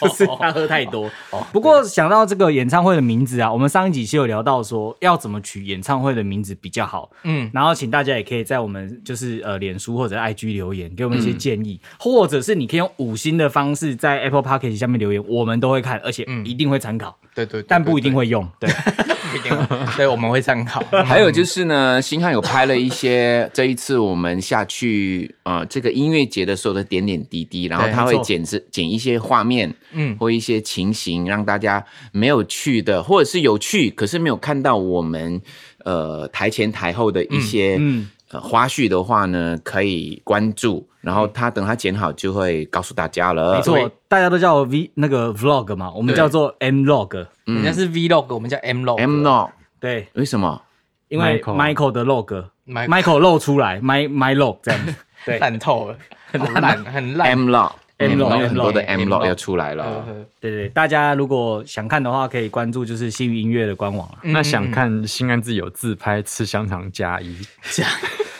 [SPEAKER 3] 就是他喝太
[SPEAKER 1] 哦
[SPEAKER 3] 多。不过想到这个演唱会的名字啊，我们上一集是有聊到说要怎么取演唱会的名字比较好，
[SPEAKER 1] 嗯，
[SPEAKER 3] 然后请大家也可以在我们就是呃脸书或者 IG 留言，给我们一
[SPEAKER 1] 嗯
[SPEAKER 3] 些建议，或者是你可以用五星的方式在 Apple p o c k e t 下面留言，我们都会看，而且一定会参考，
[SPEAKER 1] 对嗯对，对
[SPEAKER 3] 但不一定，会用。对，
[SPEAKER 1] 对不一定会，对，我们会参考。
[SPEAKER 2] 还有就是呢，星汉有拍了一些这一次我们下去呃这个音乐节的所有的点点滴滴，然后
[SPEAKER 1] 对
[SPEAKER 2] 他
[SPEAKER 3] 没
[SPEAKER 2] 会
[SPEAKER 3] 错
[SPEAKER 2] 剪是剪一些画面，
[SPEAKER 1] 嗯
[SPEAKER 2] 嗯，或一些情形，让大家没有去的，或者是有去可是没有看到我们呃台前台后的一些
[SPEAKER 3] 嗯嗯
[SPEAKER 2] 呃花絮的话呢，可以关注，然后他等他剪好就会告诉大家了。
[SPEAKER 3] 没错，大家都叫我 V 那个 Vlog 嘛，我们
[SPEAKER 1] 对
[SPEAKER 3] 叫做 M Log。
[SPEAKER 1] 人家是 Vlog，我们叫嗯 M log。
[SPEAKER 2] 嗯，M No
[SPEAKER 3] 对，
[SPEAKER 2] 为什么？
[SPEAKER 3] 因为
[SPEAKER 4] Michael
[SPEAKER 3] Michael 的
[SPEAKER 1] Michael
[SPEAKER 3] log，Michael 露出来，My My log 这样子。 对
[SPEAKER 1] 烂透了，很烂，很烂。
[SPEAKER 2] M Log
[SPEAKER 3] M Log，
[SPEAKER 2] 很多的
[SPEAKER 1] M
[SPEAKER 2] M Log
[SPEAKER 1] Log
[SPEAKER 2] 要出来
[SPEAKER 1] 呃
[SPEAKER 2] 了。
[SPEAKER 3] 对对，大家如果想看的话，可以关注就是新宇音乐的官网了。
[SPEAKER 2] 嗯
[SPEAKER 4] 那想看新安自有自拍吃香肠加一，
[SPEAKER 2] 嗯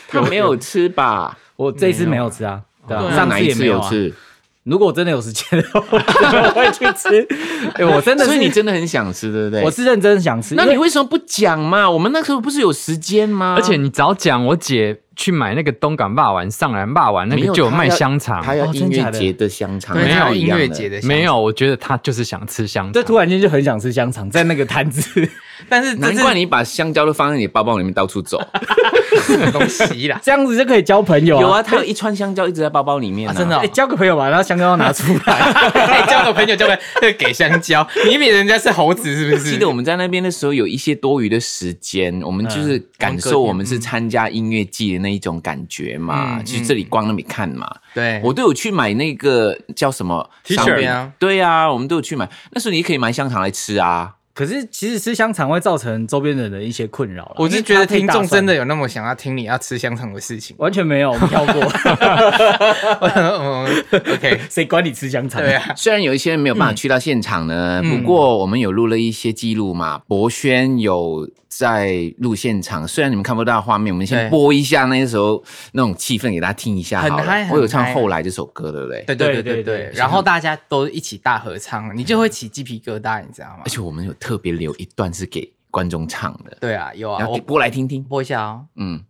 [SPEAKER 2] 他没有吃吧？
[SPEAKER 3] 我这次没有吃啊，对
[SPEAKER 1] 对
[SPEAKER 3] 啊，
[SPEAKER 1] 啊
[SPEAKER 3] 上
[SPEAKER 2] 哪
[SPEAKER 3] 次
[SPEAKER 2] 一
[SPEAKER 3] 也
[SPEAKER 2] 次
[SPEAKER 3] 没有
[SPEAKER 2] 有
[SPEAKER 3] 啊。
[SPEAKER 2] 吃？
[SPEAKER 3] 如果我真的有时间的话，我会去 吃。哎，我真的
[SPEAKER 2] 所
[SPEAKER 3] 是
[SPEAKER 2] 以你，真的很想吃，对不对？
[SPEAKER 3] 我是认真想吃。
[SPEAKER 2] 那你
[SPEAKER 3] 因为
[SPEAKER 2] 为什么不讲嘛？我们那时候不是有时间吗？
[SPEAKER 4] 而且你早讲，我姐去买那个东港霸丸上来，霸丸那
[SPEAKER 2] 没
[SPEAKER 4] 个
[SPEAKER 2] 有
[SPEAKER 4] 就有
[SPEAKER 2] 他
[SPEAKER 4] 卖
[SPEAKER 2] 要
[SPEAKER 4] 香肠。
[SPEAKER 2] 他要
[SPEAKER 3] 哦
[SPEAKER 2] 音
[SPEAKER 3] 真假
[SPEAKER 2] 乐
[SPEAKER 3] 的
[SPEAKER 2] 节的香肠，
[SPEAKER 1] 对
[SPEAKER 4] 没
[SPEAKER 1] 他
[SPEAKER 4] 有
[SPEAKER 1] 音乐节，的，
[SPEAKER 4] 没。有，我觉得她就是想吃香
[SPEAKER 3] 这
[SPEAKER 4] 肠。
[SPEAKER 3] 突然间就很想吃香肠，在那个摊 子，
[SPEAKER 1] 但是这
[SPEAKER 2] 难
[SPEAKER 1] 是
[SPEAKER 2] 怪你把香蕉都放在你的包包里面到处 走。
[SPEAKER 1] 什么东西啦
[SPEAKER 3] 这样子就可以交朋友啊。
[SPEAKER 2] 有啊，他有一串香蕉一直在包包里面
[SPEAKER 1] 啊真的哦
[SPEAKER 3] 哎，交个朋友吧，然后香蕉要拿出来。
[SPEAKER 1] 哎交个朋友交个这个给香蕉，你以为人家是猴子是不是？
[SPEAKER 2] 记得我们在那边的时候有一些多余的时间，我们就是感受嗯我们是参加音乐季的那一种感觉嘛，
[SPEAKER 1] 嗯
[SPEAKER 2] 去这里逛那里看嘛。
[SPEAKER 1] 对，
[SPEAKER 2] 我都有去买那个叫什么
[SPEAKER 1] 哎 T 恤
[SPEAKER 2] 商品
[SPEAKER 1] 啊
[SPEAKER 2] 对啊，我们都有去买。那时候你也可以买香肠来吃啊。
[SPEAKER 3] 可是其实吃香肠会造成周边的人的一些困扰啦
[SPEAKER 1] 我是觉得听众真的
[SPEAKER 3] 因为它太大蒜了
[SPEAKER 1] 有那么想要听你要吃香肠的事情。
[SPEAKER 3] 完全没有，我们跳过。
[SPEAKER 1] 嗯，OK，
[SPEAKER 3] 谁管你吃香 肠？
[SPEAKER 1] 对啊，
[SPEAKER 2] 虽然有一些人没有办法去到现场呢，
[SPEAKER 1] 嗯
[SPEAKER 2] 不过我们有录了一些记录嘛。博轩有在录现场，虽然你们看不到画面，我们先
[SPEAKER 1] 对
[SPEAKER 2] 播一下那时候那种气氛给大家听一下好
[SPEAKER 1] 很嗨
[SPEAKER 2] 了。
[SPEAKER 1] 很
[SPEAKER 2] 我有唱
[SPEAKER 1] 嗨
[SPEAKER 2] 后来这首歌，对不对？
[SPEAKER 1] 对对对
[SPEAKER 3] 对
[SPEAKER 1] 对
[SPEAKER 3] 对
[SPEAKER 1] 对，
[SPEAKER 3] 对
[SPEAKER 1] 然后大家都一起大合唱，你就会起鸡皮疙瘩，你知道吗
[SPEAKER 2] 而？且我们有特别留一段是给观众唱的，
[SPEAKER 1] 对啊，有啊，
[SPEAKER 2] 然后
[SPEAKER 1] 我
[SPEAKER 2] 播来听听。
[SPEAKER 1] 播一下哦。
[SPEAKER 2] 嗯，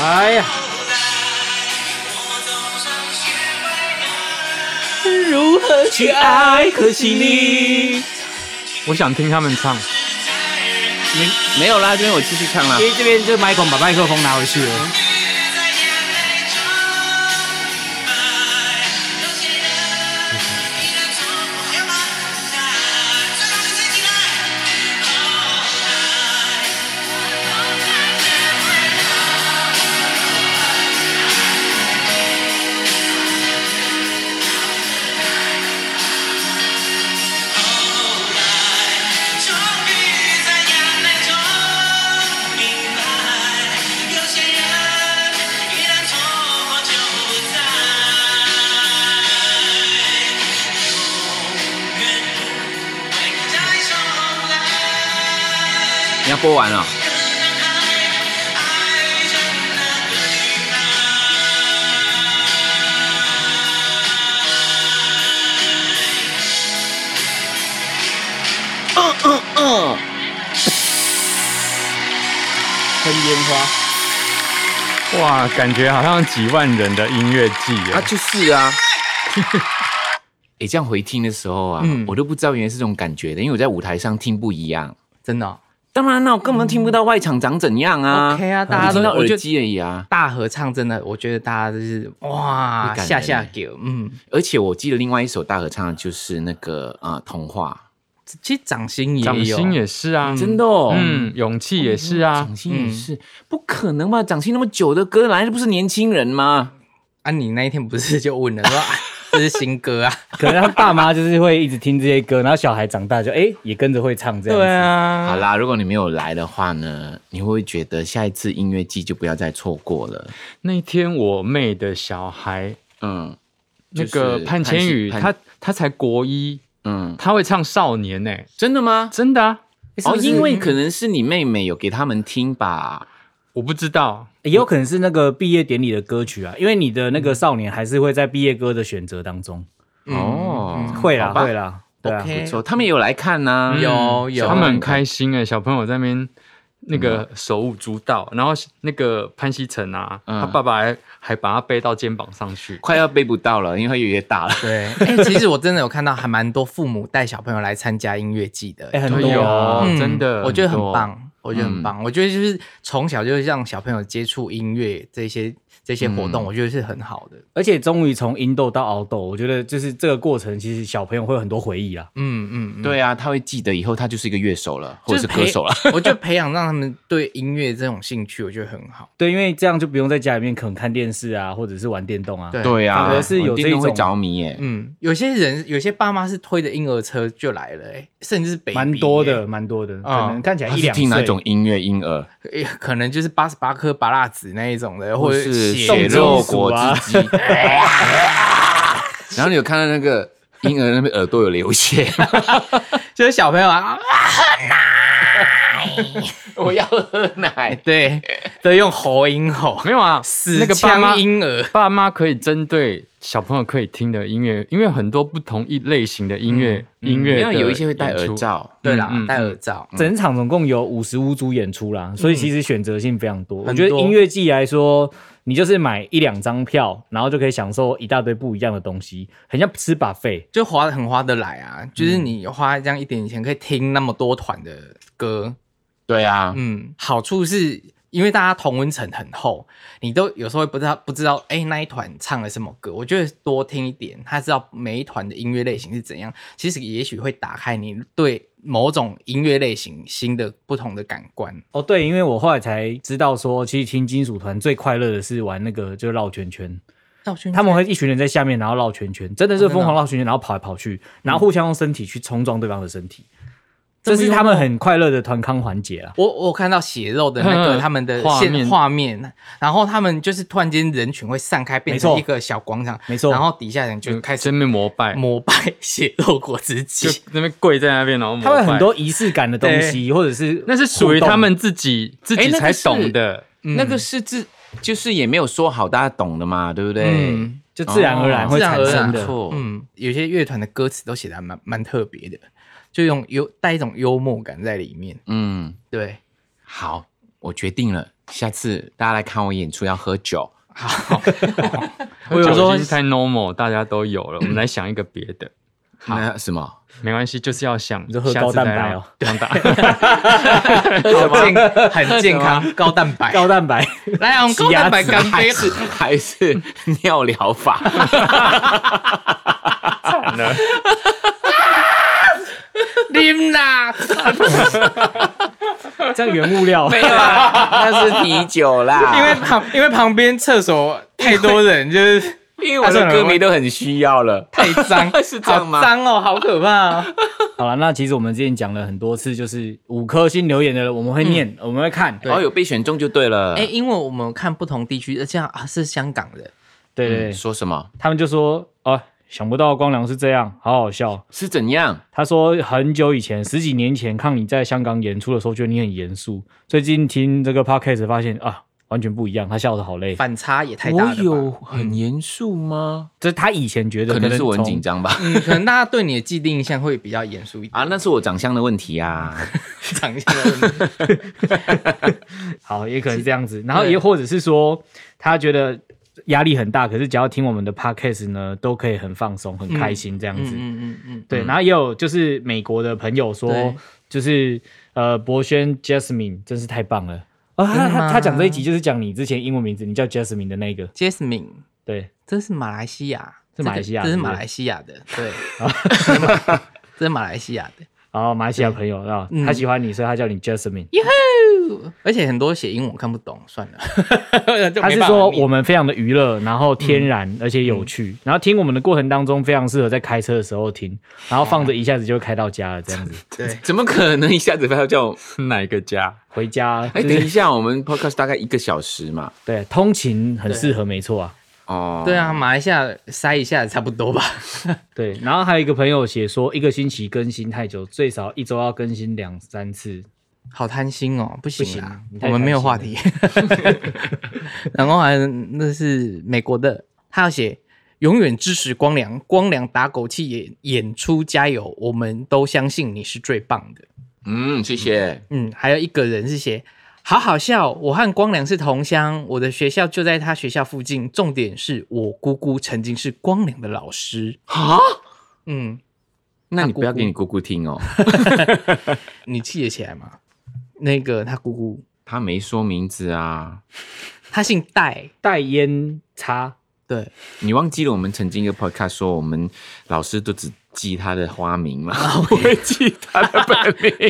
[SPEAKER 3] 哎呀，
[SPEAKER 1] 如何去爱？可惜你。
[SPEAKER 4] 我想听他们唱，
[SPEAKER 2] 没有啦，这边我继续唱啦
[SPEAKER 3] 因。为这边就 Michael 把麦克风拿回去了。
[SPEAKER 5] 终于在眼泪中明白，有些人一旦错过就不再，永远不会再重来。
[SPEAKER 2] 你要播完了、啊
[SPEAKER 5] 更难爱，爱着那个女孩。
[SPEAKER 4] 哇，感觉好像几万人的音乐季耶
[SPEAKER 2] 啊，就是 啊。哎、这样回听的时候啊，
[SPEAKER 1] 嗯
[SPEAKER 2] 我都不知道原来是这种感觉的，因为我在舞台上听不一样。
[SPEAKER 1] 真的哦、
[SPEAKER 2] 当然啦，我根本听不到外场长怎样啊。
[SPEAKER 1] OK 啊，大
[SPEAKER 2] 我
[SPEAKER 1] 家都
[SPEAKER 2] 听到
[SPEAKER 1] 我觉
[SPEAKER 2] 耳
[SPEAKER 1] 得
[SPEAKER 2] 机而已啊。
[SPEAKER 1] 大合唱真的，我觉得大家就是哇
[SPEAKER 2] 会感
[SPEAKER 1] 下
[SPEAKER 2] 人
[SPEAKER 1] 下
[SPEAKER 2] 欸
[SPEAKER 1] 给我，嗯，
[SPEAKER 2] 而且我记得另外一首大合唱就是那个啊、呃童话，
[SPEAKER 1] 其实掌心也有，
[SPEAKER 4] 掌心也是啊，
[SPEAKER 2] 真的、哦，嗯
[SPEAKER 4] 嗯，勇气也是啊
[SPEAKER 2] 掌，心也是，不可能吧？掌心那么久的歌，来的不是年轻人吗？
[SPEAKER 1] 啊，你那一天不是就问了说、啊、 这是新歌 啊？
[SPEAKER 3] 可能他爸妈就是会一直听这些歌，然后小孩长大就哎、也跟着会唱这样子。
[SPEAKER 1] 啊
[SPEAKER 2] 好啦，如果你没有来的话呢，你会不会觉得下一次音乐季就不要再错过了？
[SPEAKER 4] 那天我妹的小孩，
[SPEAKER 2] 嗯
[SPEAKER 4] 那个
[SPEAKER 2] 就是
[SPEAKER 4] 潘千羽，
[SPEAKER 2] 潘
[SPEAKER 4] 他他才国一，
[SPEAKER 2] 嗯，
[SPEAKER 4] 他会唱少年呢、
[SPEAKER 2] 真的吗？
[SPEAKER 4] 真的啊，
[SPEAKER 2] 哦，因为可能是你妹妹有给他们听吧。
[SPEAKER 4] 我不知道，
[SPEAKER 3] 也有可能是那个毕业典礼的歌曲啊，因为你的那个少年还是会在毕业歌的选择当中。
[SPEAKER 1] 嗯
[SPEAKER 2] 哦，
[SPEAKER 3] 会啦，
[SPEAKER 2] 好吧
[SPEAKER 3] 会啦，对啊。
[SPEAKER 1] OK
[SPEAKER 2] 不错，他们也有来看啊嗯呐、
[SPEAKER 1] 嗯有有
[SPEAKER 4] 他们很开心哎、小朋友在那边那个手舞足蹈，然后那个潘西成啊，
[SPEAKER 2] 嗯
[SPEAKER 4] 他爸爸还还把他背到肩膀上去，
[SPEAKER 2] 快要背不到了，因为越来越大了。
[SPEAKER 1] 对，哎、其实我真的有看到还蛮多父母带小朋友来参加音乐季的、
[SPEAKER 3] 哎很
[SPEAKER 4] 哎
[SPEAKER 3] 多
[SPEAKER 4] 呦
[SPEAKER 3] 啊
[SPEAKER 1] 嗯
[SPEAKER 4] 真的，
[SPEAKER 1] 我觉得很
[SPEAKER 4] 多，
[SPEAKER 1] 棒，我觉得很棒，我觉得就是从小就是让小朋友接触音乐这些这些活动，我觉得是很好的。
[SPEAKER 3] 而且终于从英豆到熬豆，我觉得就是这个过程，其实小朋友会有很多回忆啦。
[SPEAKER 1] 嗯嗯，嗯，
[SPEAKER 2] 对啊，他会记得以后他就是一个乐手了，或
[SPEAKER 1] 就
[SPEAKER 2] 者是歌手了。
[SPEAKER 1] 培。我觉得培养让他们对音乐这种兴趣，我觉得很好。
[SPEAKER 3] 对，因为这样就不用在家里面可能看电视啊，或者是玩电动啊。
[SPEAKER 1] 对
[SPEAKER 2] 对啊，
[SPEAKER 3] 反而是有
[SPEAKER 2] 我
[SPEAKER 3] 这
[SPEAKER 2] 电动会
[SPEAKER 3] 种
[SPEAKER 2] 着迷耶。
[SPEAKER 1] 嗯，有些人有些爸妈是推着婴儿车就来了、欸，甚至是 baby，
[SPEAKER 3] 蛮多
[SPEAKER 1] 欸
[SPEAKER 3] 的，蛮多的，可
[SPEAKER 1] 啊
[SPEAKER 3] 能看起来
[SPEAKER 2] 他
[SPEAKER 3] 一
[SPEAKER 2] 是
[SPEAKER 3] 两
[SPEAKER 2] 听哪种
[SPEAKER 3] 岁。
[SPEAKER 2] 音乐婴儿，
[SPEAKER 1] 也欸可能就是八十八颗拔辣子那一种的，或者
[SPEAKER 2] 是
[SPEAKER 1] 血
[SPEAKER 2] 血
[SPEAKER 1] 肉
[SPEAKER 2] 肉
[SPEAKER 3] 金属
[SPEAKER 2] 果
[SPEAKER 3] 啊
[SPEAKER 2] 汁机。然后你有看到那个婴儿那边耳朵有流血，
[SPEAKER 1] 就是小朋友啊，啊
[SPEAKER 2] 我要喝奶。
[SPEAKER 1] 对，都用喉音吼，
[SPEAKER 4] 没有啊，
[SPEAKER 1] 哦死
[SPEAKER 4] 那个爸妈
[SPEAKER 1] 腔婴儿，
[SPEAKER 4] 爸妈可以针对小朋友可以听的音乐，因为很多不同一类型的音乐、音乐
[SPEAKER 2] 嗯因
[SPEAKER 4] 的
[SPEAKER 2] 为有一些会戴
[SPEAKER 4] 演出
[SPEAKER 2] 耳，罩，
[SPEAKER 1] 对啦
[SPEAKER 4] 嗯，嗯
[SPEAKER 1] 戴耳罩，
[SPEAKER 3] 整场总共有五十五组演出啦，所以其实选择性非常多。
[SPEAKER 1] 很
[SPEAKER 3] 我觉得
[SPEAKER 1] 多
[SPEAKER 3] 音乐季来说，你就是买一两张票，然后就可以享受一大堆不一样的东西，很像吃 buffet。
[SPEAKER 1] 就划很划得来啊，就是你花这样一点钱可以听那么多团的歌，
[SPEAKER 2] 对啊，
[SPEAKER 1] 嗯，好处是因为大家同温层很厚，你都有时候会不知道不知道哎、诶那一团唱了什么歌，我觉得多听一点，他知道每一团的音乐类型是怎样，其实也许会打开你对某种音乐类型新的不同的感官。
[SPEAKER 3] 哦，对，因为我后来才知道说，其实听金属团最快乐的是玩那个就绕圈圈，
[SPEAKER 1] 绕圈圈
[SPEAKER 3] 他们会一群人在下面，然后绕圈圈，真的是疯狂绕圈圈，然后跑来跑去，然后互相用身体去冲撞对方的身体，
[SPEAKER 1] 这
[SPEAKER 3] 这
[SPEAKER 1] 么
[SPEAKER 3] 是他们很快乐的团康环节啊。
[SPEAKER 1] 我我有看到血肉的那个
[SPEAKER 4] 嗯
[SPEAKER 1] 他们的
[SPEAKER 4] 画
[SPEAKER 1] 线
[SPEAKER 4] 面
[SPEAKER 1] 画面，然后他们就是突然间人群会散开，变
[SPEAKER 3] 没
[SPEAKER 1] 成
[SPEAKER 3] 错
[SPEAKER 1] 一个小广场，
[SPEAKER 3] 没错
[SPEAKER 1] 然后底下人就开始
[SPEAKER 4] 真面膜拜，
[SPEAKER 1] 膜拜 血肉果汁
[SPEAKER 4] 嗯就
[SPEAKER 1] 机，
[SPEAKER 4] 那边跪在那边，然后膜
[SPEAKER 3] 他们很
[SPEAKER 4] 拜
[SPEAKER 3] 多仪式感的东西，或者是
[SPEAKER 4] 那是属于
[SPEAKER 3] 互动
[SPEAKER 4] 他们自己自
[SPEAKER 2] 哎
[SPEAKER 4] 己
[SPEAKER 2] 那个
[SPEAKER 4] 才
[SPEAKER 2] 是
[SPEAKER 4] 懂的。
[SPEAKER 2] 那个是自就是也没有说好，大家懂的嘛，对不对？
[SPEAKER 1] 嗯，
[SPEAKER 3] 就自然而然会
[SPEAKER 1] 自然
[SPEAKER 3] 产
[SPEAKER 1] 而
[SPEAKER 3] 生
[SPEAKER 1] 然
[SPEAKER 3] 的。
[SPEAKER 2] 错
[SPEAKER 1] 嗯，有些乐团的歌词都写的还蛮蛮特别的，就用幽带一种幽默感在里面。
[SPEAKER 2] 嗯，
[SPEAKER 1] 对，
[SPEAKER 2] 好，我决定了，下次大家来看我演出要喝酒。
[SPEAKER 4] 我
[SPEAKER 3] 有时候
[SPEAKER 4] 太 normal，大家都有了，我们来想一个别 的，
[SPEAKER 2] 那什么？
[SPEAKER 4] 没关系，就是要想
[SPEAKER 3] 就喝
[SPEAKER 4] 下次
[SPEAKER 3] 高蛋
[SPEAKER 4] 再
[SPEAKER 3] 白
[SPEAKER 4] 让
[SPEAKER 3] 哦，
[SPEAKER 1] 好健很健康，高蛋白，
[SPEAKER 3] 高蛋白，
[SPEAKER 1] 来啊，我们高蛋白干杯
[SPEAKER 2] 还。是 还是尿疗法？
[SPEAKER 1] 啉啦，
[SPEAKER 3] 这样原物料。
[SPEAKER 2] 没有啊，那是啤酒啦。
[SPEAKER 1] 因为旁因为旁边厕所太多人，就是
[SPEAKER 2] 因为我的歌迷都很需要了。
[SPEAKER 1] 太 脏，
[SPEAKER 2] 是这样吗
[SPEAKER 1] 好脏哦，好可怕哦。
[SPEAKER 3] 好了，那其实我们之前讲了很多次，就是五颗星留言的，我们会念，我们会看。
[SPEAKER 2] 哦，有被选中就对了。
[SPEAKER 1] 哎，因为我们看不同地区，这样啊是香港的，
[SPEAKER 3] 对对
[SPEAKER 2] 嗯，说什么？
[SPEAKER 3] 他们就说哦，想不到光良是这样，好好笑。
[SPEAKER 2] 是怎样？
[SPEAKER 3] 他说很久以前，十几年前，看你在香港演出的时候，觉得你很严肃。最近听这个 podcast 发现啊，完全不一样。他笑得好累，
[SPEAKER 1] 反差也太大
[SPEAKER 2] 我
[SPEAKER 1] 了吧。嗯
[SPEAKER 2] 有很严肃吗？
[SPEAKER 3] 这是他以前觉得
[SPEAKER 2] 可能是我很
[SPEAKER 3] 从
[SPEAKER 2] 紧。张吧。
[SPEAKER 1] 嗯，可能大家对你的既定印象会比较严肃一点，
[SPEAKER 2] 啊，那是我长相的问题啊。
[SPEAKER 1] 长相的问题
[SPEAKER 3] 好，也可能这样子。然后也或者是说，他觉得压力很大，可是只要听我们的 podcast 呢，都可以很放松、很开心这样
[SPEAKER 1] 嗯
[SPEAKER 3] 子。
[SPEAKER 1] 嗯嗯嗯，
[SPEAKER 3] 对，然后也有就是美国的朋友说
[SPEAKER 1] 对，
[SPEAKER 3] 就是呃，博轩 Jasmine 真是太棒了啊！他
[SPEAKER 1] 真的
[SPEAKER 3] 他
[SPEAKER 1] 吗
[SPEAKER 3] 他讲这一集就是讲你之前英文名字，你叫 Jasmine 的那个，
[SPEAKER 1] Jasmine，
[SPEAKER 3] 对，
[SPEAKER 1] 这是马来西亚，
[SPEAKER 3] 是马来西亚
[SPEAKER 1] 这个这是
[SPEAKER 3] 是不是
[SPEAKER 1] 马来西亚 的，对， 这是马来西亚的，
[SPEAKER 3] 然后马来西亚朋友啊，
[SPEAKER 1] 嗯
[SPEAKER 3] 他喜欢你，所以他叫你 Jasmine。
[SPEAKER 1] 而且很多写英文我看不懂，算了，就
[SPEAKER 3] 他
[SPEAKER 1] 没办
[SPEAKER 3] 是
[SPEAKER 1] 法啊
[SPEAKER 3] 说
[SPEAKER 1] 念
[SPEAKER 3] 我们非常的娱乐，然后天然而且有趣，
[SPEAKER 1] 嗯
[SPEAKER 3] 然后听我们的过程当中非常适合在开车的时候听，然后放着一下子就开到家了，这样子
[SPEAKER 1] 对
[SPEAKER 2] 怎么可能一下子要叫我？
[SPEAKER 4] 哪一个家？
[SPEAKER 3] 回家
[SPEAKER 2] 哎，
[SPEAKER 3] 就
[SPEAKER 2] 等一
[SPEAKER 3] 是
[SPEAKER 2] 下，我们 podcast 大概一个小时嘛。
[SPEAKER 3] 对通勤很适合，没错啊。
[SPEAKER 2] 哦，
[SPEAKER 1] 对，啊，马来西亚塞一下差不多吧，
[SPEAKER 3] 对，然后还有一个朋友写说，一个星期更新太久，最少一周要更新两三次。
[SPEAKER 1] 好贪心哦，不行啊
[SPEAKER 3] 不行你，太
[SPEAKER 1] 我们没有话 题。然后还有那是美国的，他要写永远支持光良，光良打狗气演演出加油，我们都相信你是最棒的。
[SPEAKER 2] 嗯，谢谢。
[SPEAKER 1] 嗯，还有一个人是写好好笑，我和光良是同乡，我的学校就在他学校附近，重点是我姑姑曾经是光良的老师。
[SPEAKER 2] 啊，
[SPEAKER 1] 嗯，
[SPEAKER 2] 那你
[SPEAKER 1] 姑
[SPEAKER 2] 不要
[SPEAKER 1] 姑
[SPEAKER 2] 给你姑姑听哦，
[SPEAKER 1] 你记得起来吗？那个他姑姑，
[SPEAKER 2] 她没说名字啊。
[SPEAKER 1] 他姓戴，
[SPEAKER 3] 代烟差，
[SPEAKER 1] 对，
[SPEAKER 2] 你忘记了我们曾经一个 podcast 说，我们老师都只记他的花名 嘛，不会记他的本名。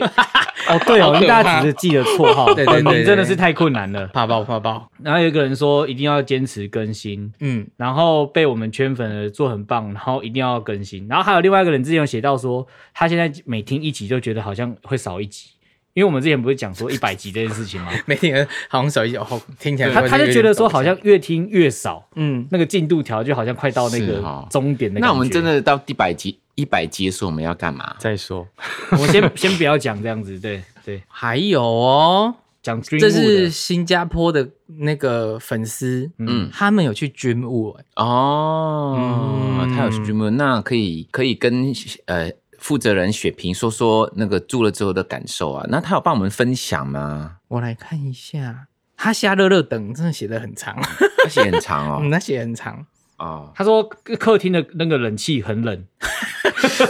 [SPEAKER 3] 哦，对哦，
[SPEAKER 1] 好可怕
[SPEAKER 3] 因为大家只是记得绰 号，
[SPEAKER 1] 对对对对
[SPEAKER 3] 本名真的是太困难了。
[SPEAKER 1] 怕爆怕爆。
[SPEAKER 3] 然后有一个人说一定要坚持更新，
[SPEAKER 1] 嗯，
[SPEAKER 3] 然后被我们圈粉的做很棒，然后一定要更新。然后还有另外一个人之前有写到说，他现在每听一集就觉得好像会少一集，因为我们之前不是讲说一百集这件事 情吗？
[SPEAKER 1] 每天好像手机哦，听起来
[SPEAKER 3] 他他就觉得说好
[SPEAKER 1] 像
[SPEAKER 3] 像越听越少，
[SPEAKER 1] 嗯，
[SPEAKER 3] 那个进度条就好像快到那
[SPEAKER 2] 是
[SPEAKER 3] 个
[SPEAKER 2] 哦
[SPEAKER 3] 终点的感觉。
[SPEAKER 2] 那我们真的到第百集，一百集的时候我们要干嘛？
[SPEAKER 4] 再说，
[SPEAKER 3] 我先 先不要讲这样子，对对，
[SPEAKER 1] 还有哦，
[SPEAKER 3] 讲 Dream
[SPEAKER 1] 这是
[SPEAKER 3] Wood 的
[SPEAKER 1] 新加坡的那个粉丝，
[SPEAKER 3] 嗯
[SPEAKER 1] 嗯，他们有去 Dream Wood，欸
[SPEAKER 2] 哦，
[SPEAKER 1] 嗯
[SPEAKER 2] 他有 streamer，那可以可以跟呃负责人雪萍说说那个住了之后的感受啊。那他有帮我们分享吗？
[SPEAKER 1] 我来看一下，他夏热热等真的写的很 长，
[SPEAKER 2] 而且很长
[SPEAKER 1] 嗯，
[SPEAKER 2] 哦。
[SPEAKER 1] 他写得很长，
[SPEAKER 2] 哦，
[SPEAKER 3] 他说客厅的那个冷气很冷，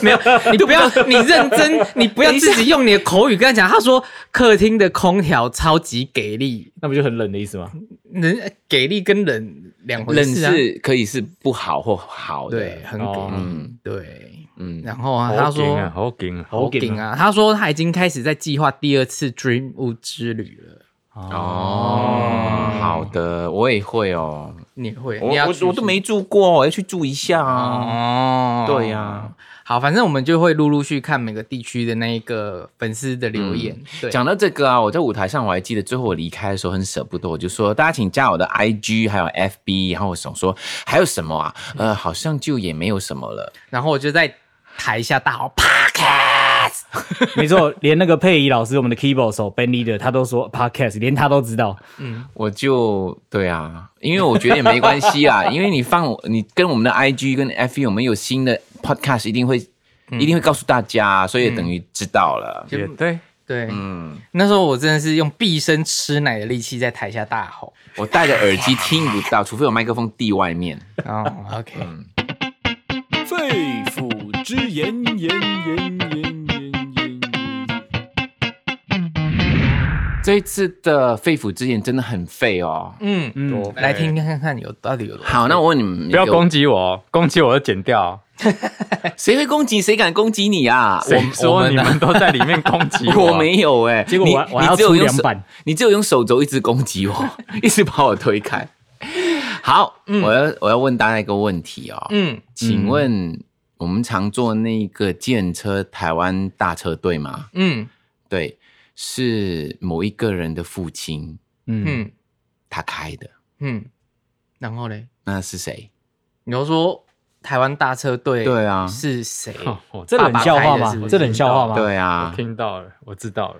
[SPEAKER 1] 没有，你不要，你认 真，你不要自己用你的口语跟他讲。他说客厅的空调超级给力，
[SPEAKER 3] 那不就很冷的意思吗？
[SPEAKER 1] 人给力跟冷两回
[SPEAKER 2] 冷
[SPEAKER 1] 事啊，
[SPEAKER 2] 是可以是不好或好的。
[SPEAKER 1] 对，很给
[SPEAKER 3] 哦
[SPEAKER 1] 力，
[SPEAKER 2] 嗯
[SPEAKER 1] 对。
[SPEAKER 2] 嗯，
[SPEAKER 1] 然后啊，他
[SPEAKER 4] 好劲
[SPEAKER 1] 说
[SPEAKER 4] 啊，好劲啊！
[SPEAKER 1] 好
[SPEAKER 3] 给
[SPEAKER 1] 顶啊！他说他已经开始在计划第二次 Dream 屋之旅了。
[SPEAKER 2] 哦，好的，我也会哦。
[SPEAKER 1] 嗯你会，
[SPEAKER 2] 我
[SPEAKER 1] 你要
[SPEAKER 2] 我
[SPEAKER 1] 去
[SPEAKER 2] 我都没住过，我要去住一下啊。
[SPEAKER 1] 哦，
[SPEAKER 2] 对呀
[SPEAKER 1] 好，反正我们就会陆陆续看每个地区的那一个粉丝的留言。对，
[SPEAKER 2] 嗯讲到这个啊，我在舞台上我还记得，最后我离开的时候很舍不得，我就说大家请加我的 IG 还有 FB，然后我想说还有什么啊？呃，好像就也没有什么了。
[SPEAKER 1] 然后我就在台下大吼 podcast，
[SPEAKER 2] 啊
[SPEAKER 3] 没错，连那个佩仪老师，我们的 keyboard 手 Ben Leader，他都说 podcast，连他都知道。
[SPEAKER 2] 我就对啊，因为我觉得也没关系啦，因为你放我你跟我们的 IG 跟 FB，我们有新的 podcast 一定会、一定会告诉大家，所以也等于知道了。
[SPEAKER 1] 就
[SPEAKER 4] 也对，
[SPEAKER 1] 对，
[SPEAKER 2] 嗯，
[SPEAKER 1] 那时候我真的是用毕生吃奶的力气在台下大吼。
[SPEAKER 2] 我戴着耳机听不到，除非有麦克风递外面。嗯
[SPEAKER 1] 哦，OK，
[SPEAKER 6] 肺腑之言，言言言言言言。
[SPEAKER 2] 这一次的肺腑之言真的很废哦。
[SPEAKER 1] 嗯嗯，
[SPEAKER 4] 多哎
[SPEAKER 1] 来听听看看有到底有多
[SPEAKER 2] 好，那我问你们，
[SPEAKER 4] 不要攻
[SPEAKER 2] 击，
[SPEAKER 4] 击我哦，攻击我就剪掉哦。
[SPEAKER 2] 谁会攻击？谁敢攻击你啊？
[SPEAKER 4] 谁
[SPEAKER 1] 我
[SPEAKER 4] 说
[SPEAKER 1] 们
[SPEAKER 4] 你们都在里面攻击
[SPEAKER 2] 我
[SPEAKER 4] 我啊？
[SPEAKER 2] 没有哎、
[SPEAKER 3] 结果我
[SPEAKER 2] 你
[SPEAKER 3] 我要
[SPEAKER 2] 你只有
[SPEAKER 3] 出
[SPEAKER 2] 用
[SPEAKER 3] 两
[SPEAKER 2] 手
[SPEAKER 3] 版，
[SPEAKER 2] 你只有用手肘一直攻击我，一直把我推开。好，我要我要问大家一个问题哦，
[SPEAKER 1] 嗯，
[SPEAKER 2] 请问我们常坐那个电车台湾大车队吗？
[SPEAKER 1] 嗯
[SPEAKER 2] 对，是某一个人的父亲
[SPEAKER 4] 嗯，
[SPEAKER 1] 嗯
[SPEAKER 2] 他开的，
[SPEAKER 1] 嗯，然后嘞，
[SPEAKER 2] 那是谁？
[SPEAKER 1] 你要说台湾大车队
[SPEAKER 2] 对啊
[SPEAKER 1] 是谁？
[SPEAKER 4] 哦我
[SPEAKER 3] 这冷笑话
[SPEAKER 1] 爸爸
[SPEAKER 3] 吗
[SPEAKER 1] 开的是不？是
[SPEAKER 3] 这冷笑话吗？
[SPEAKER 2] 对啊
[SPEAKER 4] 我，听到了，我知道了，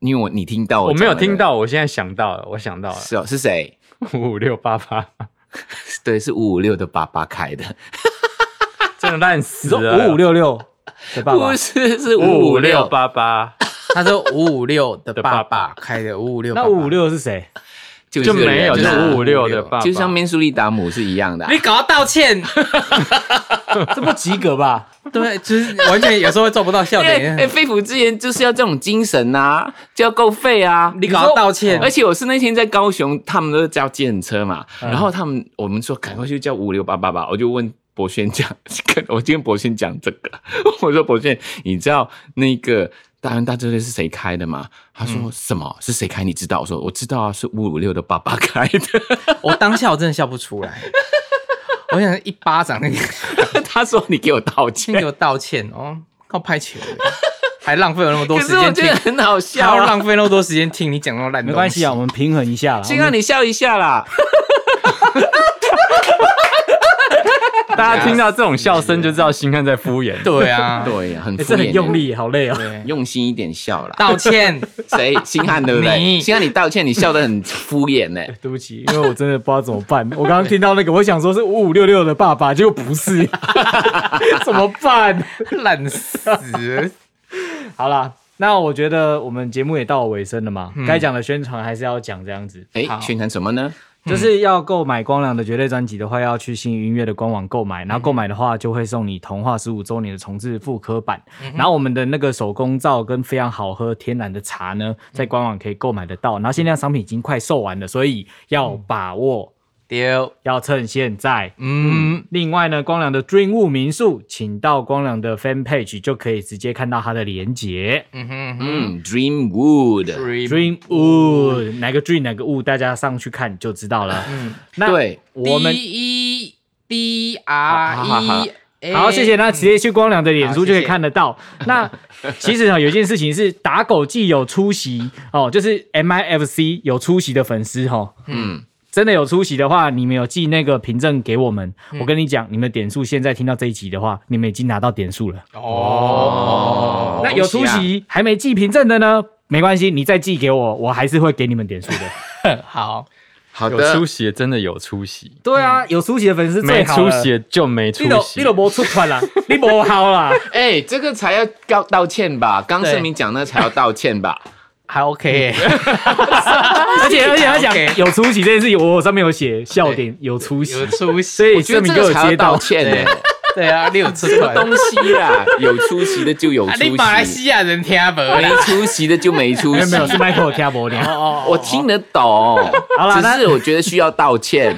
[SPEAKER 2] 因为我你听到
[SPEAKER 4] 哦我没有听
[SPEAKER 2] 讲
[SPEAKER 4] 到，我现在想到了，我想到
[SPEAKER 2] 了，
[SPEAKER 4] 了，
[SPEAKER 2] 是哦，是谁？
[SPEAKER 4] 五五六八八，
[SPEAKER 2] 对，是五五六的爸爸开的，
[SPEAKER 4] 真的烂死了，
[SPEAKER 3] 五五 六六的爸爸
[SPEAKER 2] 不。是是
[SPEAKER 4] 五
[SPEAKER 2] 五
[SPEAKER 4] 五
[SPEAKER 2] 五
[SPEAKER 4] 六
[SPEAKER 2] 六
[SPEAKER 4] 八八，
[SPEAKER 1] 他说五五六的
[SPEAKER 4] 的
[SPEAKER 1] 爸
[SPEAKER 4] 爸
[SPEAKER 1] 爸
[SPEAKER 4] 爸
[SPEAKER 1] 开的五五六，
[SPEAKER 3] 那五五，六是 谁？
[SPEAKER 2] 就
[SPEAKER 4] 就没有，
[SPEAKER 2] 就
[SPEAKER 4] 就是是
[SPEAKER 2] 人啊
[SPEAKER 4] 五五六的爸爸，
[SPEAKER 2] 就像面苏利达姆是一样的啊、
[SPEAKER 1] 你搞到道歉，
[SPEAKER 3] 这不及格吧？
[SPEAKER 1] 对，就是完全有时候会做不到笑
[SPEAKER 2] 哎、
[SPEAKER 1] 点。
[SPEAKER 2] 哎肺腑之言就是要这种精神啊，就要够肺啊。
[SPEAKER 1] 你搞到道歉
[SPEAKER 2] 而且我是那天在高雄，他们都叫计程车嘛，然后他们我们说赶快去叫五六八八吧，我就问博轩讲，跟我今天博轩讲这个， 我说博轩，你知道那个大湾大车队是谁开的吗？他说、什么是谁开？你知道？我说我知道啊，是五五六的爸爸开的。
[SPEAKER 1] 我当下我真的笑不出来，我想一巴掌那个
[SPEAKER 2] 他说你给我道
[SPEAKER 1] 先给
[SPEAKER 2] 歉，
[SPEAKER 1] 我道歉哦，靠拍球的，还浪费了那么多
[SPEAKER 2] 可
[SPEAKER 1] 时
[SPEAKER 2] 是我
[SPEAKER 1] 间
[SPEAKER 2] 觉
[SPEAKER 1] 听
[SPEAKER 2] 得，很好
[SPEAKER 1] 还
[SPEAKER 2] 笑、
[SPEAKER 1] 要
[SPEAKER 2] 啊。
[SPEAKER 1] 浪费那么多时间听你讲那么烂，
[SPEAKER 3] 没关系啊，我。们平衡一下啦。
[SPEAKER 2] 先让你笑一下啦。
[SPEAKER 4] 大家听到这种笑声就知道星汉在敷衍。
[SPEAKER 1] 对啊，
[SPEAKER 2] 对，很
[SPEAKER 3] 哎
[SPEAKER 2] 敷
[SPEAKER 3] 这
[SPEAKER 2] 衍
[SPEAKER 3] 很用，力，好累哦。
[SPEAKER 1] 对，
[SPEAKER 2] 用心一点笑啦。
[SPEAKER 1] 道歉，
[SPEAKER 2] 谁？星汉对不
[SPEAKER 1] 你
[SPEAKER 2] 对？星汉，你道歉，你笑得很敷衍欸呢。
[SPEAKER 3] 对不起，因为我真的不知道怎么办。我刚刚听到那个，我想说是五五六六的爸爸，结果不是， 怎么办？
[SPEAKER 1] 烂死了。
[SPEAKER 3] 好啦，那我觉得我们节目也到尾声了嘛，
[SPEAKER 1] 嗯
[SPEAKER 3] 该讲的宣传还是要讲，这样子。
[SPEAKER 2] 哎，宣传什么呢？
[SPEAKER 3] 就是要购买光良的绝对专辑的话，要去新音乐的官网购买，然后购买的话就会送你童话十五周年的重置复刻版，然后我们的那个手工皂跟非常好喝天然的茶呢，在官网可以购买得到，然后限量商品已经快售完了，所以要把握，
[SPEAKER 1] 丢，
[SPEAKER 3] 要趁现在。
[SPEAKER 1] 嗯，
[SPEAKER 3] 另外呢，光良的 Dreamwood 民宿，请到光良的 Fan Page 就可以直接看到它的连结。
[SPEAKER 1] 嗯哼 哼
[SPEAKER 2] 嗯，Dream Wood。
[SPEAKER 3] Dreamwood 哪个 Dream 哪个 Wood，大家上去看就知道了。嗯，那
[SPEAKER 2] 对，
[SPEAKER 3] 我们
[SPEAKER 1] D E D R
[SPEAKER 2] 好好
[SPEAKER 1] E，A
[SPEAKER 3] 好，谢谢。那直接去光良的脸
[SPEAKER 1] 好
[SPEAKER 3] 书就可
[SPEAKER 1] 谢
[SPEAKER 3] 以
[SPEAKER 1] 谢
[SPEAKER 3] 看得到。 那其实啊，有一件事情是打狗季有出席哦，就是 MIFC 有出席的粉丝哦，
[SPEAKER 2] 嗯，
[SPEAKER 3] 真的有出席的话，你们有寄那个凭证给我们，我跟你讲，你们的点数现在听到这一集的话，你们已经拿到点数了。
[SPEAKER 1] 哦，
[SPEAKER 3] 那有出
[SPEAKER 2] 恭喜啊
[SPEAKER 3] 席还没寄凭证的呢，没关系，你再寄给我，我还是会给你们点数的。
[SPEAKER 1] 好，
[SPEAKER 2] 好
[SPEAKER 4] 有
[SPEAKER 2] 的
[SPEAKER 4] 出。血真的有出席，
[SPEAKER 3] 对啊，有出席的粉丝
[SPEAKER 4] 没
[SPEAKER 3] 最好
[SPEAKER 4] 出
[SPEAKER 3] 了。
[SPEAKER 4] 血就没
[SPEAKER 3] 你
[SPEAKER 4] 出
[SPEAKER 3] 都
[SPEAKER 4] 血
[SPEAKER 3] 你都。没出团 啦，你没好啦。
[SPEAKER 2] 哎，这个才要告道歉吧？刚
[SPEAKER 1] 对
[SPEAKER 2] 盛明讲那才要道歉吧？
[SPEAKER 1] 还 OK，
[SPEAKER 3] 而且而 且他讲
[SPEAKER 1] OK
[SPEAKER 3] 有出席这件事情，我上面有写笑点有出席
[SPEAKER 1] 有，出息。
[SPEAKER 3] 所以
[SPEAKER 2] 我觉
[SPEAKER 3] 证
[SPEAKER 2] 得这
[SPEAKER 3] 明就
[SPEAKER 2] 个
[SPEAKER 3] 有
[SPEAKER 2] 才
[SPEAKER 3] 接
[SPEAKER 2] 要
[SPEAKER 3] 到
[SPEAKER 2] 道。歉呢。
[SPEAKER 1] 对啊，你有出
[SPEAKER 2] 这个
[SPEAKER 1] 团。
[SPEAKER 2] 东西啦， 有出席的就 有
[SPEAKER 1] 啊，
[SPEAKER 2] 出
[SPEAKER 1] 你马来
[SPEAKER 2] 席，
[SPEAKER 1] 西亚人听不
[SPEAKER 2] 没
[SPEAKER 1] 啦？
[SPEAKER 2] 出席的就没出
[SPEAKER 3] 没有
[SPEAKER 2] 席
[SPEAKER 3] 没。有，是 Michael 加伯尼。
[SPEAKER 1] 哦哦，
[SPEAKER 2] 我听得懂，
[SPEAKER 3] 好啦
[SPEAKER 2] 只是我觉得需要道歉。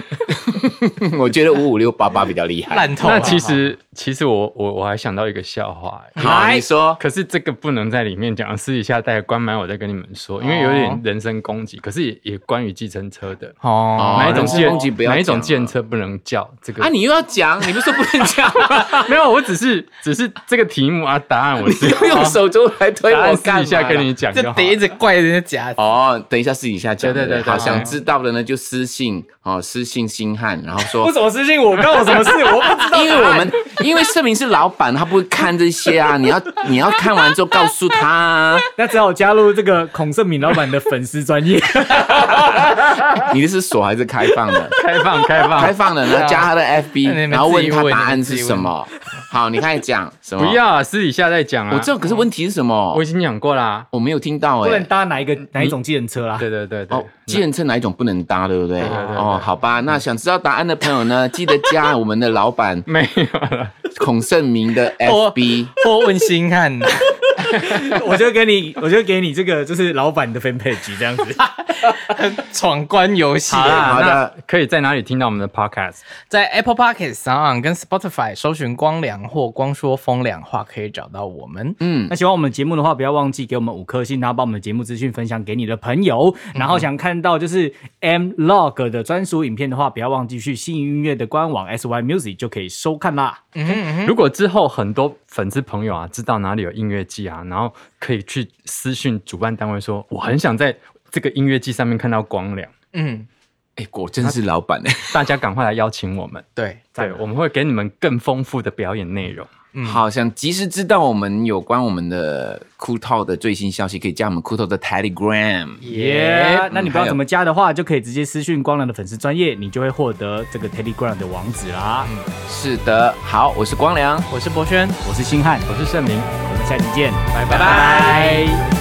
[SPEAKER 2] 我觉得五五六八八比较厉害。
[SPEAKER 1] 烂透了。
[SPEAKER 4] 那其实其实我我我还想到一个笑话、欸
[SPEAKER 2] 好，你说
[SPEAKER 4] 可是这个不能在里面讲，私底下待关满我再跟你们说，因为有点人身攻击，可是也也关于计程车的。
[SPEAKER 1] 哦，
[SPEAKER 4] 哪一种
[SPEAKER 2] 人身
[SPEAKER 4] 计
[SPEAKER 2] 攻击不要
[SPEAKER 4] 哪一种
[SPEAKER 2] 讲
[SPEAKER 4] 计程车不能叫这个？
[SPEAKER 2] 啊，你又要讲，你不是说不能讲 吗？
[SPEAKER 4] 没有，我只是只是这个题目啊，答案我是
[SPEAKER 2] 你 用手肘来推
[SPEAKER 4] 答
[SPEAKER 2] 我
[SPEAKER 4] 案私
[SPEAKER 2] 干嘛啦
[SPEAKER 4] 底下跟你讲
[SPEAKER 1] 这
[SPEAKER 4] 就好了。
[SPEAKER 1] 得一直怪人家夹子。
[SPEAKER 2] 哦，等一下私底下讲。
[SPEAKER 4] 对对对对
[SPEAKER 2] 好，
[SPEAKER 4] 对
[SPEAKER 2] 想知道的呢就私信哦，私信星汉，然后说
[SPEAKER 3] 为什么私信 我？关我什么事？我不知道。
[SPEAKER 2] 因为我们因为盛明是老板，他不会看这些啊。 你要你要看完之后告诉他、啊，
[SPEAKER 3] 那只好加入这个孔圣敏老板的粉丝 专业。
[SPEAKER 2] 你的是锁还是开放的？
[SPEAKER 4] 开 放开
[SPEAKER 2] 开
[SPEAKER 4] 放，
[SPEAKER 2] 放的，然后加他的
[SPEAKER 1] 那你
[SPEAKER 2] FB，
[SPEAKER 1] 们
[SPEAKER 2] 然后问他
[SPEAKER 1] 自己问
[SPEAKER 2] 答案
[SPEAKER 1] 你们自己
[SPEAKER 2] 是
[SPEAKER 1] 问
[SPEAKER 2] 什么。好，你开始讲什么？
[SPEAKER 4] 不，要啊，私底下再讲啊。
[SPEAKER 2] 我知道，可是问题是什么
[SPEAKER 4] 我已？经讲过啦。
[SPEAKER 2] 我没有听到
[SPEAKER 3] 不能
[SPEAKER 2] 哎。
[SPEAKER 3] 搭哪一个哪一种计程车啊啦？
[SPEAKER 4] 对对对对
[SPEAKER 2] 哦，，计程车哪一种不能搭，对不对？
[SPEAKER 4] 对对
[SPEAKER 2] 哦，好吧，那想知道答案的朋友 呢，记得加我们的老板
[SPEAKER 4] 没有了。
[SPEAKER 2] 孔圣明 的
[SPEAKER 4] 哦
[SPEAKER 2] FB。
[SPEAKER 1] 或问星汉，
[SPEAKER 3] 我就给你，我就给你这个就是老板的 fan page 这 样子。
[SPEAKER 1] 闯关游戏
[SPEAKER 4] 好啦，
[SPEAKER 2] 好的
[SPEAKER 4] 那可以在哪里听到我们的 podcast？
[SPEAKER 1] 在 Apple Podcast 上跟 Spotify 搜寻“光良”或“光说风凉话”，可以找到我们。
[SPEAKER 2] 嗯，
[SPEAKER 3] 那喜欢我们节目的话，不要忘记给我们五颗星，然后把我们的节目资讯分享给你的朋友。
[SPEAKER 2] 嗯
[SPEAKER 3] 然后想看到就是 M Log 的专属影片的话，不要忘记去信音乐的官网 S Y Music 就可以收看啦。
[SPEAKER 2] 嗯
[SPEAKER 4] 如果之后很多粉丝朋友啊，知道哪里有音乐季啊，然后可以去私讯主办单位说，我很想在这个音乐季上面看到光良，
[SPEAKER 1] 嗯，
[SPEAKER 2] 哎，果真是老板哎。
[SPEAKER 4] 大家赶快来邀请我们。
[SPEAKER 1] 对，
[SPEAKER 4] 对，我们会给你们更丰富的表演内容。
[SPEAKER 2] 好，想及时知道我们有关我们的酷透的最新消息，可以加我们酷透的 Telegram。
[SPEAKER 3] 耶、那你不知
[SPEAKER 2] 还
[SPEAKER 3] 道
[SPEAKER 2] 有
[SPEAKER 3] 怎么加的话，就可以直接私讯光良的粉丝专业，你就会获得这个 Telegram 的网址啦。
[SPEAKER 2] 是的，好，我是光良。
[SPEAKER 1] 我是博轩。
[SPEAKER 3] 我是星汉，
[SPEAKER 4] 我是盛明。
[SPEAKER 3] 我们下期见，
[SPEAKER 1] 拜拜
[SPEAKER 3] 拜